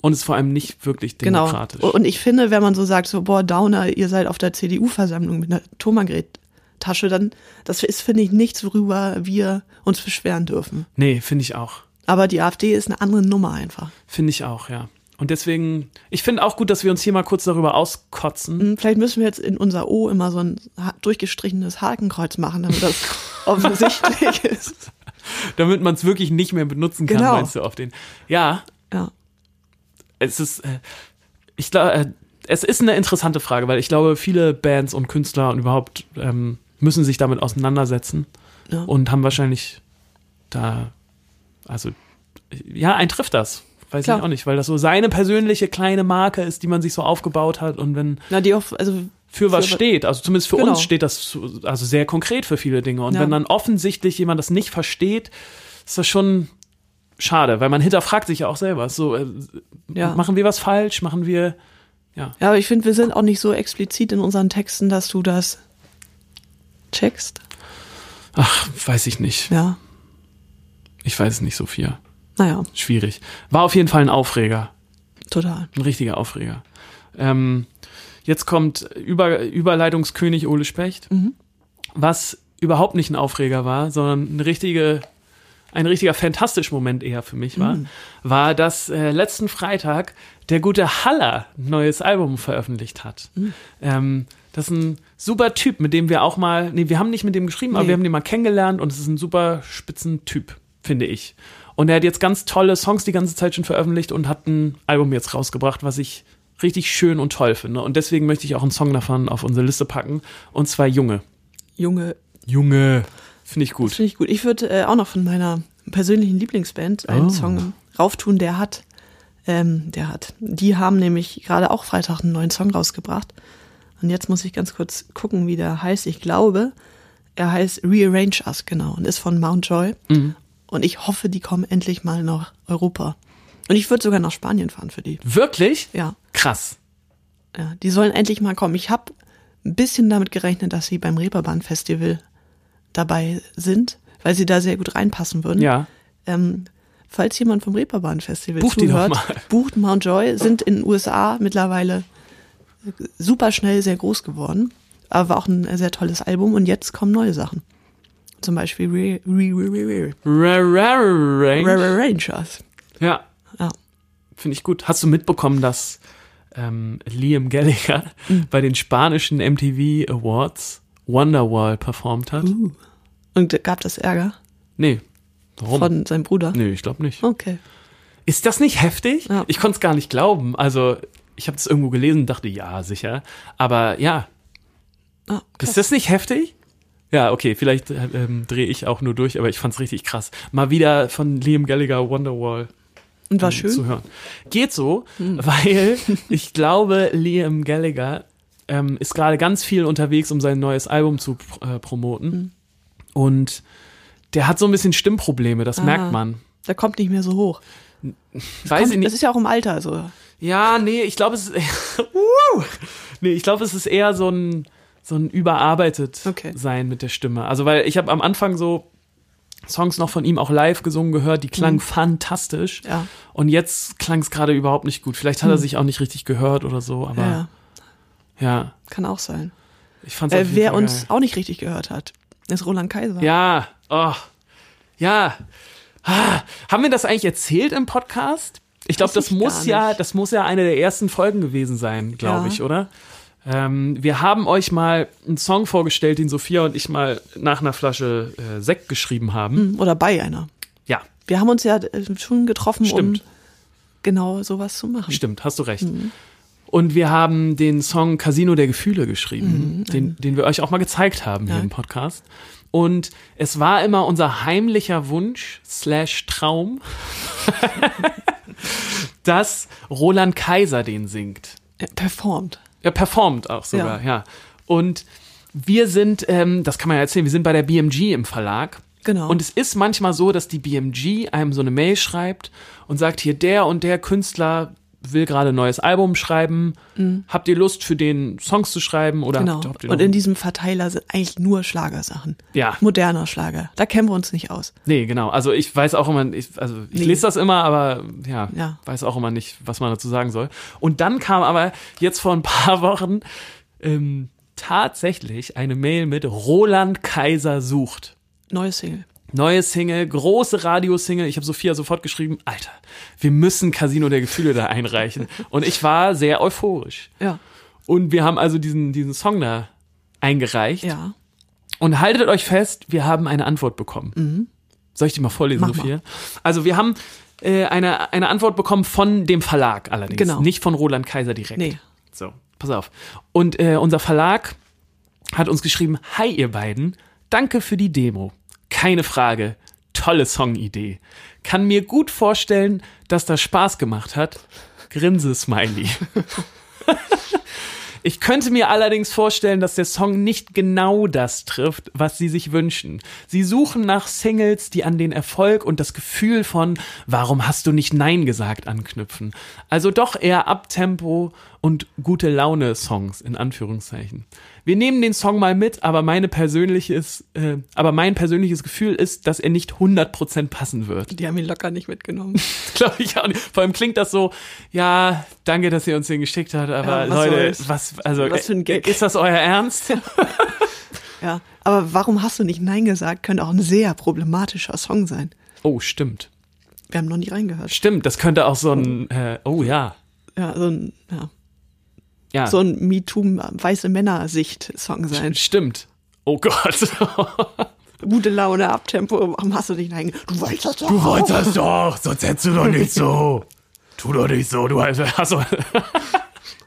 [SPEAKER 2] Und ist vor allem nicht wirklich
[SPEAKER 3] Genau.
[SPEAKER 2] demokratisch.
[SPEAKER 3] Und ich finde, wenn man so sagt, so, boah, Downer, ihr seid auf der CDU-Versammlung mit einer Tomagret-Tasche, dann, das ist, finde ich, nichts, worüber wir uns beschweren dürfen.
[SPEAKER 2] Nee, finde ich auch.
[SPEAKER 3] Aber die AfD ist eine andere Nummer einfach.
[SPEAKER 2] Finde ich auch, ja. Und deswegen, ich finde auch gut, dass wir uns hier mal kurz darüber auskotzen.
[SPEAKER 3] Hm, Vielleicht müssen wir jetzt in unser O immer so ein ha- durchgestrichenes Hakenkreuz machen,
[SPEAKER 2] [laughs]
[SPEAKER 3] damit das offensichtlich ist.
[SPEAKER 2] Damit man es wirklich nicht mehr benutzen kann,
[SPEAKER 3] Genau.
[SPEAKER 2] meinst du auf den. Ja,
[SPEAKER 3] Ja.
[SPEAKER 2] es ist, äh, ich glaube, äh, es ist eine interessante Frage, weil ich glaube, viele Bands und Künstler und überhaupt ähm, müssen sich damit auseinandersetzen
[SPEAKER 3] Ja.
[SPEAKER 2] und haben wahrscheinlich da, also, ja, ein trifft das. Weiß
[SPEAKER 3] Klar.
[SPEAKER 2] ich auch nicht, weil das so seine persönliche kleine Marke ist, die man sich so aufgebaut hat und wenn
[SPEAKER 3] Na, die auf, also,
[SPEAKER 2] für was
[SPEAKER 3] Für wa-
[SPEAKER 2] steht. Also zumindest für
[SPEAKER 3] Genau.
[SPEAKER 2] uns steht das zu- also sehr konkret für viele Dinge. Und
[SPEAKER 3] Ja.
[SPEAKER 2] wenn dann offensichtlich jemand das nicht versteht, ist das schon schade, weil man hinterfragt sich ja auch selber. Ist So, äh,
[SPEAKER 3] Ja.
[SPEAKER 2] machen wir was falsch? Machen wir.
[SPEAKER 3] ja, aber ich finde, wir sind auch nicht so explizit in unseren Texten, dass du das checkst.
[SPEAKER 2] Ach, weiß ich nicht.
[SPEAKER 3] Ja.
[SPEAKER 2] Ich weiß es nicht, Sophia.
[SPEAKER 3] Naja,
[SPEAKER 2] Schwierig. War auf jeden Fall ein Aufreger.
[SPEAKER 3] total.
[SPEAKER 2] Ein richtiger Aufreger. Ähm, jetzt kommt Über Überleitungskönig Ole Specht, was überhaupt nicht ein Aufreger war, sondern eine richtige, ein richtiger fantastisch Moment eher für mich war, war, dass äh, letzten Freitag der gute Haller ein neues Album veröffentlicht hat. Ähm, das ist ein super Typ, mit dem wir auch mal, nee, wir haben nicht mit dem geschrieben, aber
[SPEAKER 3] Nee.
[SPEAKER 2] wir haben den mal kennengelernt und es ist ein super spitzen Typ, finde ich. Und er hat jetzt ganz tolle Songs die ganze Zeit schon veröffentlicht und hat ein Album jetzt rausgebracht, was ich richtig schön und toll finde. Und deswegen möchte ich auch einen Song davon auf unsere Liste packen. Und zwar Junge.
[SPEAKER 3] Junge,
[SPEAKER 2] Junge. Finde ich gut.
[SPEAKER 3] Finde ich gut. Ich würde äh, auch noch von meiner persönlichen Lieblingsband einen
[SPEAKER 2] Oh.
[SPEAKER 3] Song rauftun, der hat. Ähm, der hat. Die haben nämlich gerade auch Freitag einen neuen Song rausgebracht. Und jetzt muss ich ganz kurz gucken, wie der heißt. Ich glaube, er heißt Rearrange Us, genau, und ist von Mountjoy. Und ich hoffe, die kommen endlich mal nach Europa. Und ich würde sogar nach Spanien fahren für die.
[SPEAKER 2] Wirklich?
[SPEAKER 3] Ja,
[SPEAKER 2] Krass.
[SPEAKER 3] ja. Die sollen endlich mal kommen. Ich habe ein bisschen damit gerechnet, dass sie beim Reeperbahn-Festival dabei sind, weil sie da sehr gut reinpassen würden
[SPEAKER 2] Mhm. Ja.
[SPEAKER 3] ähm, falls jemand vom Reeperbahn-Festival
[SPEAKER 2] Bucht die
[SPEAKER 3] zuhört,
[SPEAKER 2] doch mal.
[SPEAKER 3] [laughs] bucht Mount Joy, sind in den USA mittlerweile super schnell sehr groß geworden. Aber war auch ein sehr tolles Album und jetzt kommen neue Sachen. Zum Beispiel Re Re Re Re Re Re
[SPEAKER 2] Rare
[SPEAKER 3] Re Rangers.
[SPEAKER 2] Ja,
[SPEAKER 3] Ja.
[SPEAKER 2] finde ich gut. Hast du mitbekommen, dass ähm, Liam Gallagher bei den spanischen MTV Awards Wonderwall performt hat?
[SPEAKER 3] Uh. Und gab das Ärger
[SPEAKER 2] Nee. Warum?
[SPEAKER 3] von seinem Bruder?
[SPEAKER 2] nee, ich glaube nicht.
[SPEAKER 3] Okay.
[SPEAKER 2] Ist das nicht heftig?
[SPEAKER 3] Ja.
[SPEAKER 2] Ich konnte es gar nicht glauben. Also, ich habe es irgendwo gelesen und dachte, ja, sicher. Aber ja,
[SPEAKER 3] Ah, krass.
[SPEAKER 2] ist das nicht heftig? Ja, okay, vielleicht äh, ähm, drehe ich auch nur durch, aber ich fand's richtig krass. Mal wieder von Liam Gallagher Wonderwall
[SPEAKER 3] Und war
[SPEAKER 2] ähm, zu
[SPEAKER 3] schön. Hm.
[SPEAKER 2] hören. Geht so, [laughs] weil ich glaube, Liam Gallagher ähm, ist gerade ganz viel unterwegs, um sein neues Album zu pr äh, promoten.
[SPEAKER 3] Hm.
[SPEAKER 2] Und der hat so ein bisschen Stimmprobleme, das
[SPEAKER 3] Ah.
[SPEAKER 2] merkt man.
[SPEAKER 3] Da kommt nicht mehr so hoch.
[SPEAKER 2] Weiß
[SPEAKER 3] kommt,
[SPEAKER 2] ich nicht.
[SPEAKER 3] Das ist ja auch im Alter so.
[SPEAKER 2] Ja, nee, ich glaube, es ist. [laughs] Wuh! nee, ich glaube, es ist eher so ein, so ein überarbeitet
[SPEAKER 3] Okay.
[SPEAKER 2] sein mit der Stimme. Also, weil ich habe am Anfang so Songs noch von ihm auch live gesungen gehört, die klangen fantastisch.
[SPEAKER 3] Mhm. Ja. Mhm.
[SPEAKER 2] Und jetzt klang es gerade überhaupt nicht gut. Vielleicht hat er sich auch nicht richtig gehört oder so, aber ja,
[SPEAKER 3] Ja, kann auch sein.
[SPEAKER 2] ich fand's
[SPEAKER 3] Äh,
[SPEAKER 2] auf jeden
[SPEAKER 3] wer
[SPEAKER 2] Fall
[SPEAKER 3] uns
[SPEAKER 2] geil.
[SPEAKER 3] auch nicht richtig gehört hat, ist Roland Kaiser.
[SPEAKER 2] Ja, oh, ja. Ah, haben wir das eigentlich erzählt im Podcast? Ich glaube,
[SPEAKER 3] Weiß
[SPEAKER 2] das
[SPEAKER 3] ich
[SPEAKER 2] muss
[SPEAKER 3] gar
[SPEAKER 2] ja,
[SPEAKER 3] nicht.
[SPEAKER 2] das muss ja eine der ersten Folgen gewesen sein, glaube
[SPEAKER 3] Ja.
[SPEAKER 2] ich, oder? Ähm, wir haben euch mal einen Song vorgestellt, den Sophia und ich mal nach einer Flasche äh, Sekt geschrieben haben.
[SPEAKER 3] Hm, Oder bei einer.
[SPEAKER 2] Ja,
[SPEAKER 3] Wir haben uns ja äh, schon getroffen,
[SPEAKER 2] Stimmt.
[SPEAKER 3] um genau sowas zu machen. Mhm.
[SPEAKER 2] stimmt, hast du recht. Und wir haben den Song Casino der Gefühle geschrieben, den, den wir euch auch mal gezeigt haben hier
[SPEAKER 3] Mhm, Ja.
[SPEAKER 2] im Podcast. Und es war immer unser heimlicher Wunsch slash Traum, [laughs] dass Roland Kaiser den singt.
[SPEAKER 3] Äh, performt.
[SPEAKER 2] Er performt auch sogar, ja.
[SPEAKER 3] Ja.
[SPEAKER 2] Und wir sind, ähm, das kann man ja erzählen, wir sind bei der BMG im Verlag.
[SPEAKER 3] Genau.
[SPEAKER 2] Und es ist manchmal so, dass die BMG einem so eine Mail schreibt und sagt, hier der und der Künstler will gerade ein neues Album schreiben. Habt ihr Lust für den Songs zu schreiben oder
[SPEAKER 3] Mhm. Genau.
[SPEAKER 2] habt, habt ihr
[SPEAKER 3] Und
[SPEAKER 2] noch-
[SPEAKER 3] in diesem Verteiler sind eigentlich nur Schlagersachen.
[SPEAKER 2] Ja.
[SPEAKER 3] Moderner Schlager. Da kennen wir uns nicht aus.
[SPEAKER 2] Nee, genau. Also ich weiß auch immer, ich, also ich
[SPEAKER 3] Nee.
[SPEAKER 2] lese das immer, aber ja,
[SPEAKER 3] Ja.
[SPEAKER 2] weiß auch immer nicht, was man dazu sagen soll. Und dann kam aber jetzt vor ein paar [laughs] Wochen ähm, tatsächlich eine Mail mit Roland Kaiser sucht.
[SPEAKER 3] Neue Single.
[SPEAKER 2] Neue Single, große Radiosingle. Ich habe Sophia sofort geschrieben, Alter, wir müssen Casino der Gefühle da
[SPEAKER 3] [laughs]
[SPEAKER 2] einreichen. Und ich war sehr euphorisch.
[SPEAKER 3] Ja.
[SPEAKER 2] Und wir haben also diesen, diesen Song da eingereicht.
[SPEAKER 3] Ja.
[SPEAKER 2] Und haltet euch fest, wir haben eine Antwort bekommen. Soll ich die mal vorlesen,
[SPEAKER 3] Mhm. Mach mal.
[SPEAKER 2] Sophia? Also wir haben äh, eine, eine Antwort bekommen von dem Verlag allerdings,
[SPEAKER 3] Genau.
[SPEAKER 2] nicht von Roland Kaiser direkt.
[SPEAKER 3] Nee.
[SPEAKER 2] So, pass auf. Und äh, unser Verlag hat uns geschrieben, hi ihr beiden, danke für die Demo. Keine Frage, tolle Songidee. Kann mir gut vorstellen, dass das Spaß gemacht hat. Grinse, Smiley. Ich könnte mir allerdings vorstellen, dass der Song nicht genau das trifft, was sie sich wünschen. Sie suchen nach Singles, die an den Erfolg und das Gefühl von Warum hast du nicht Nein gesagt anknüpfen. Also doch eher Abtempo und gute Laune Songs in Anführungszeichen. Wir nehmen den Song mal mit, aber meine persönliches, äh, aber mein persönliches Gefühl ist, dass er nicht 100% passen wird
[SPEAKER 3] Die haben ihn locker nicht mitgenommen.
[SPEAKER 2] [laughs] glaube ich auch nicht. Vor allem klingt das so, ja, danke, dass ihr uns den geschickt habt, aber
[SPEAKER 3] Ja, was
[SPEAKER 2] Leute,
[SPEAKER 3] soll's?
[SPEAKER 2] was, also,
[SPEAKER 3] Was für ein Gag.
[SPEAKER 2] ist das euer [laughs] Ernst?
[SPEAKER 3] [laughs] ja. Aber warum hast du nicht Nein gesagt? Könnte auch ein sehr problematischer Song sein.
[SPEAKER 2] Oh, stimmt.
[SPEAKER 3] Wir haben noch nie reingehört.
[SPEAKER 2] Stimmt, das könnte auch so ein, äh, oh ja,
[SPEAKER 3] Ja, so ein, ja.
[SPEAKER 2] ja,
[SPEAKER 3] So ein MeToo-weiße Männer-Sicht-Song sein.
[SPEAKER 2] stimmt. Oh Gott. [laughs]
[SPEAKER 3] Gute Laune, Abtempo, warum hast du dich nein? Du weißt das doch. Du
[SPEAKER 2] das doch, sonst hättest du doch nicht so. Tu doch nicht so, [laughs] du also,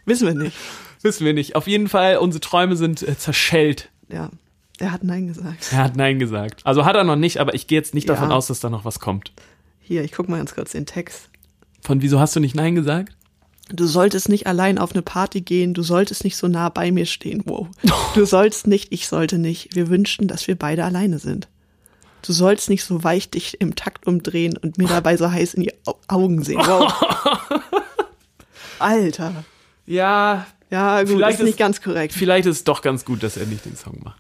[SPEAKER 3] Wissen wir nicht.
[SPEAKER 2] Wissen wir nicht. Auf jeden Fall, unsere Träume sind äh, zerschellt.
[SPEAKER 3] Ja, er hat nein gesagt.
[SPEAKER 2] Er hat Nein gesagt. Also hat er noch nicht, aber ich gehe jetzt nicht davon
[SPEAKER 3] Ja.
[SPEAKER 2] aus, dass da noch was kommt.
[SPEAKER 3] Hier, ich guck mal ganz kurz den Text.
[SPEAKER 2] Von wieso hast du nicht Nein gesagt?
[SPEAKER 3] Du solltest nicht allein auf eine Party gehen, du solltest nicht so nah bei mir stehen,
[SPEAKER 2] [laughs]
[SPEAKER 3] wow. Du sollst nicht, ich sollte nicht. Wir wünschten, dass wir beide alleine sind. Du sollst nicht so weich dich im Takt umdrehen und mir dabei so heiß in die Au- Augen sehen, wow.
[SPEAKER 2] [laughs]
[SPEAKER 3] Alter.
[SPEAKER 2] Ja,
[SPEAKER 3] Ja, gut,
[SPEAKER 2] Vielleicht
[SPEAKER 3] ist nicht
[SPEAKER 2] ist-
[SPEAKER 3] ganz korrekt.
[SPEAKER 2] Vielleicht ist es doch ganz gut, dass er nicht den Song macht.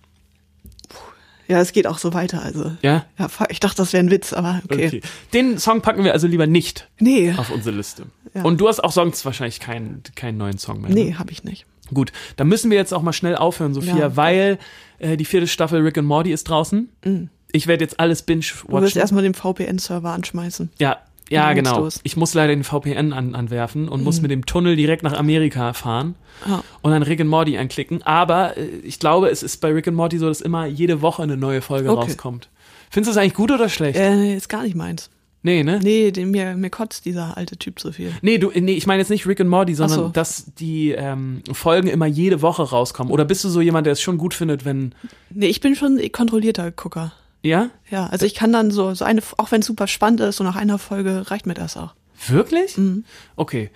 [SPEAKER 3] Ja, es geht auch so weiter. Also
[SPEAKER 2] Ja?
[SPEAKER 3] ja, fuck, ich dachte, das wäre ein Witz, aber okay.
[SPEAKER 2] Okay. Den Song packen wir also lieber nicht
[SPEAKER 3] Nee,
[SPEAKER 2] auf unsere Liste.
[SPEAKER 3] Ja.
[SPEAKER 2] Und du hast auch sonst wahrscheinlich keinen keinen neuen Song mehr. ne?
[SPEAKER 3] nee, habe ich nicht.
[SPEAKER 2] Gut, dann müssen wir jetzt auch mal schnell aufhören, Sophia,
[SPEAKER 3] Ja.
[SPEAKER 2] weil äh, die vierte Staffel Rick and Morty ist draußen. Ich werde jetzt alles
[SPEAKER 3] Mm. Du wirst
[SPEAKER 2] binge-watchen.
[SPEAKER 3] erstmal den VPN-Server anschmeißen.
[SPEAKER 2] Ja, ja
[SPEAKER 3] Dann legst
[SPEAKER 2] genau.
[SPEAKER 3] los.
[SPEAKER 2] Ich muss leider den VPN an, anwerfen und muss mit dem Tunnel direkt nach Amerika fahren
[SPEAKER 3] Mm. Ah.
[SPEAKER 2] und dann Rick and Morty anklicken. Aber äh, ich glaube, es ist bei Rick and Morty so, dass immer jede Woche eine neue Folge
[SPEAKER 3] Okay.
[SPEAKER 2] rauskommt. Findest du es eigentlich gut oder schlecht?
[SPEAKER 3] Äh, ist gar nicht meins.
[SPEAKER 2] nee, ne? Nee.
[SPEAKER 3] Nee, den, mir, mir kotzt dieser alte Typ so viel.
[SPEAKER 2] du, nee, ich meine jetzt nicht Rick and Morty, sondern
[SPEAKER 3] so.
[SPEAKER 2] dass die ähm, Folgen immer jede Woche rauskommen. Oder bist du so jemand, der es schon gut findet, wenn.
[SPEAKER 3] Nee, ich bin schon ein kontrollierter Gucker.
[SPEAKER 2] Ja?
[SPEAKER 3] Ja, also ich kann dann so, so eine, auch wenn es super spannend ist, so nach einer Folge reicht mir das auch.
[SPEAKER 2] Wirklich?
[SPEAKER 3] Mhm.
[SPEAKER 2] Okay.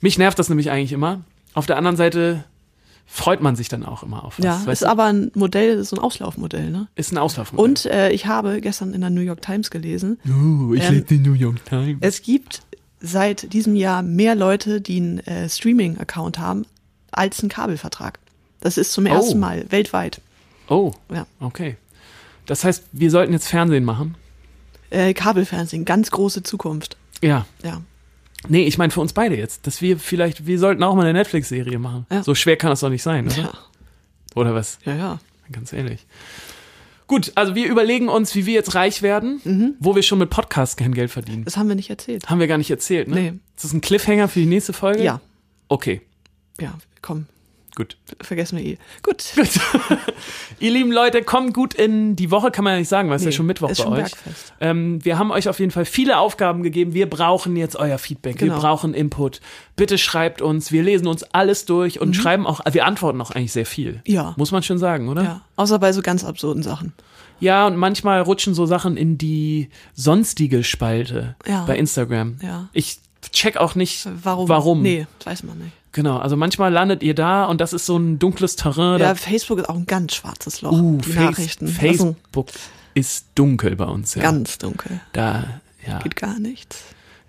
[SPEAKER 2] Mich nervt das nämlich eigentlich immer. Auf der anderen Seite freut man sich dann auch immer auf was.
[SPEAKER 3] ja,
[SPEAKER 2] weißt
[SPEAKER 3] ist
[SPEAKER 2] du?
[SPEAKER 3] aber ein Modell, ist so ein Auslaufmodell, ne?
[SPEAKER 2] ist ein Auslaufmodell.
[SPEAKER 3] Und äh, ich habe gestern in der New York Times gelesen,
[SPEAKER 2] Uh, ich
[SPEAKER 3] Ähm,
[SPEAKER 2] lese die New York Times.
[SPEAKER 3] es gibt seit diesem Jahr mehr Leute, die einen äh, Streaming-Account haben, als einen Kabelvertrag. Das ist zum ersten Mal weltweit.
[SPEAKER 2] oh,
[SPEAKER 3] Ja.
[SPEAKER 2] okay. Das heißt, wir sollten jetzt Fernsehen machen.
[SPEAKER 3] Äh, Kabelfernsehen, ganz große Zukunft.
[SPEAKER 2] Ja.
[SPEAKER 3] Ja.
[SPEAKER 2] Nee, ich meine für uns beide jetzt. Dass wir vielleicht, wir sollten auch mal eine Netflix-Serie machen.
[SPEAKER 3] Ja.
[SPEAKER 2] So schwer kann das doch nicht sein, oder?
[SPEAKER 3] Ja,
[SPEAKER 2] Oder was?
[SPEAKER 3] ja, ja.
[SPEAKER 2] Ganz ehrlich. Gut, also wir überlegen uns, wie wir jetzt reich werden, wo wir schon mit Podcasts kein Geld verdienen.
[SPEAKER 3] Mhm. Das haben wir nicht erzählt.
[SPEAKER 2] Haben wir gar nicht erzählt, ne?
[SPEAKER 3] Nee.
[SPEAKER 2] Ist das ein Cliffhanger für die nächste Folge?
[SPEAKER 3] Ja,
[SPEAKER 2] Okay,
[SPEAKER 3] ja, komm,
[SPEAKER 2] gut.
[SPEAKER 3] vergessen wir eh. Gut.
[SPEAKER 2] Ihr lieben Leute, kommt gut in die Woche, kann man ja nicht sagen, weil es
[SPEAKER 3] Nee,
[SPEAKER 2] ist ja schon Mittwoch
[SPEAKER 3] ist
[SPEAKER 2] bei
[SPEAKER 3] schon
[SPEAKER 2] euch.
[SPEAKER 3] Bergfest.
[SPEAKER 2] Ähm, wir haben euch auf jeden Fall viele Aufgaben gegeben. Wir brauchen jetzt euer Feedback. Wir
[SPEAKER 3] Genau.
[SPEAKER 2] brauchen Input. Bitte schreibt uns. Wir lesen uns alles durch und schreiben auch, wir antworten auch eigentlich sehr viel.
[SPEAKER 3] Mhm. Ja.
[SPEAKER 2] Muss man schon sagen, oder?
[SPEAKER 3] Ja, außer bei so ganz absurden Sachen.
[SPEAKER 2] Ja, und manchmal rutschen so Sachen in die sonstige Spalte
[SPEAKER 3] Ja.
[SPEAKER 2] bei Instagram.
[SPEAKER 3] Ja.
[SPEAKER 2] Ich check auch nicht,
[SPEAKER 3] Warum?
[SPEAKER 2] warum.
[SPEAKER 3] Nee, weiß man nicht.
[SPEAKER 2] Genau, also manchmal landet ihr da und das ist so ein dunkles Terrain.
[SPEAKER 3] Ja,
[SPEAKER 2] da,
[SPEAKER 3] Facebook ist auch ein ganz schwarzes Loch.
[SPEAKER 2] uh,
[SPEAKER 3] die
[SPEAKER 2] Face,
[SPEAKER 3] Nachrichten. Also,
[SPEAKER 2] Facebook ist dunkel bei uns. Ja.
[SPEAKER 3] ganz dunkel.
[SPEAKER 2] Da, ja.
[SPEAKER 3] Geht gar nichts.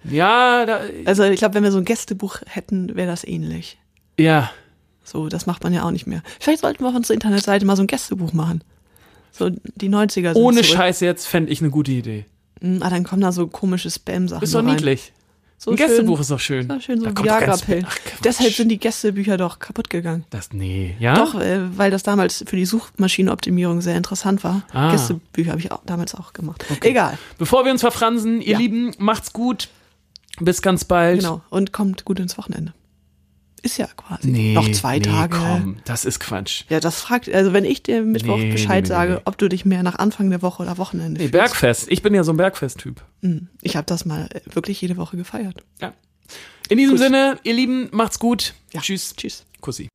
[SPEAKER 2] Ja, da,
[SPEAKER 3] Also ich glaube, wenn wir so ein Gästebuch hätten, wäre das ähnlich.
[SPEAKER 2] ja.
[SPEAKER 3] So, das macht man ja auch nicht mehr. Vielleicht sollten wir auf unserer Internetseite mal so ein Gästebuch machen. So die 90er sind
[SPEAKER 2] Ohne
[SPEAKER 3] zurück.
[SPEAKER 2] Scheiß jetzt fände ich eine gute Idee.
[SPEAKER 3] Hm, Ah, dann kommen da so komische Spam-Sachen
[SPEAKER 2] Ist doch
[SPEAKER 3] rein.
[SPEAKER 2] niedlich.
[SPEAKER 3] So
[SPEAKER 2] ein Gästebuch
[SPEAKER 3] schön,
[SPEAKER 2] ist doch schön.
[SPEAKER 3] Ja, schön so
[SPEAKER 2] Da
[SPEAKER 3] ein
[SPEAKER 2] kommt doch ganz-
[SPEAKER 3] Viagra-Pill.
[SPEAKER 2] Ach, Quatsch. Ah?
[SPEAKER 3] Deshalb sind die Gästebücher doch kaputt gegangen.
[SPEAKER 2] Das, nee, ja?
[SPEAKER 3] Doch, äh, weil das damals für die Suchmaschinenoptimierung sehr interessant war.
[SPEAKER 2] Ah.
[SPEAKER 3] Gästebücher habe ich auch damals auch gemacht. Egal,
[SPEAKER 2] Bevor wir uns verfransen, ihr
[SPEAKER 3] Ja.
[SPEAKER 2] Lieben, macht's gut. Bis ganz bald.
[SPEAKER 3] genau. Und kommt gut ins Wochenende. Ist ja quasi
[SPEAKER 2] Nee,
[SPEAKER 3] noch zwei
[SPEAKER 2] nee,
[SPEAKER 3] Tage.
[SPEAKER 2] Komm, das ist Quatsch.
[SPEAKER 3] Ja, das fragt, also wenn ich dir Mittwoch
[SPEAKER 2] Nee,
[SPEAKER 3] Bescheid
[SPEAKER 2] nee, nee,
[SPEAKER 3] sage,
[SPEAKER 2] nee.
[SPEAKER 3] ob du dich mehr nach Anfang der Woche oder Wochenende
[SPEAKER 2] Nee,
[SPEAKER 3] fühlst.
[SPEAKER 2] Bergfest. Ich bin ja so ein Bergfest-Typ.
[SPEAKER 3] Hm, Ich habe das mal äh, wirklich jede Woche gefeiert.
[SPEAKER 2] Ja. In diesem
[SPEAKER 3] Gut.
[SPEAKER 2] Sinne, ihr Lieben, macht's gut.
[SPEAKER 3] Ja.
[SPEAKER 2] Tschüss.
[SPEAKER 3] Tschüss.
[SPEAKER 2] Kussi.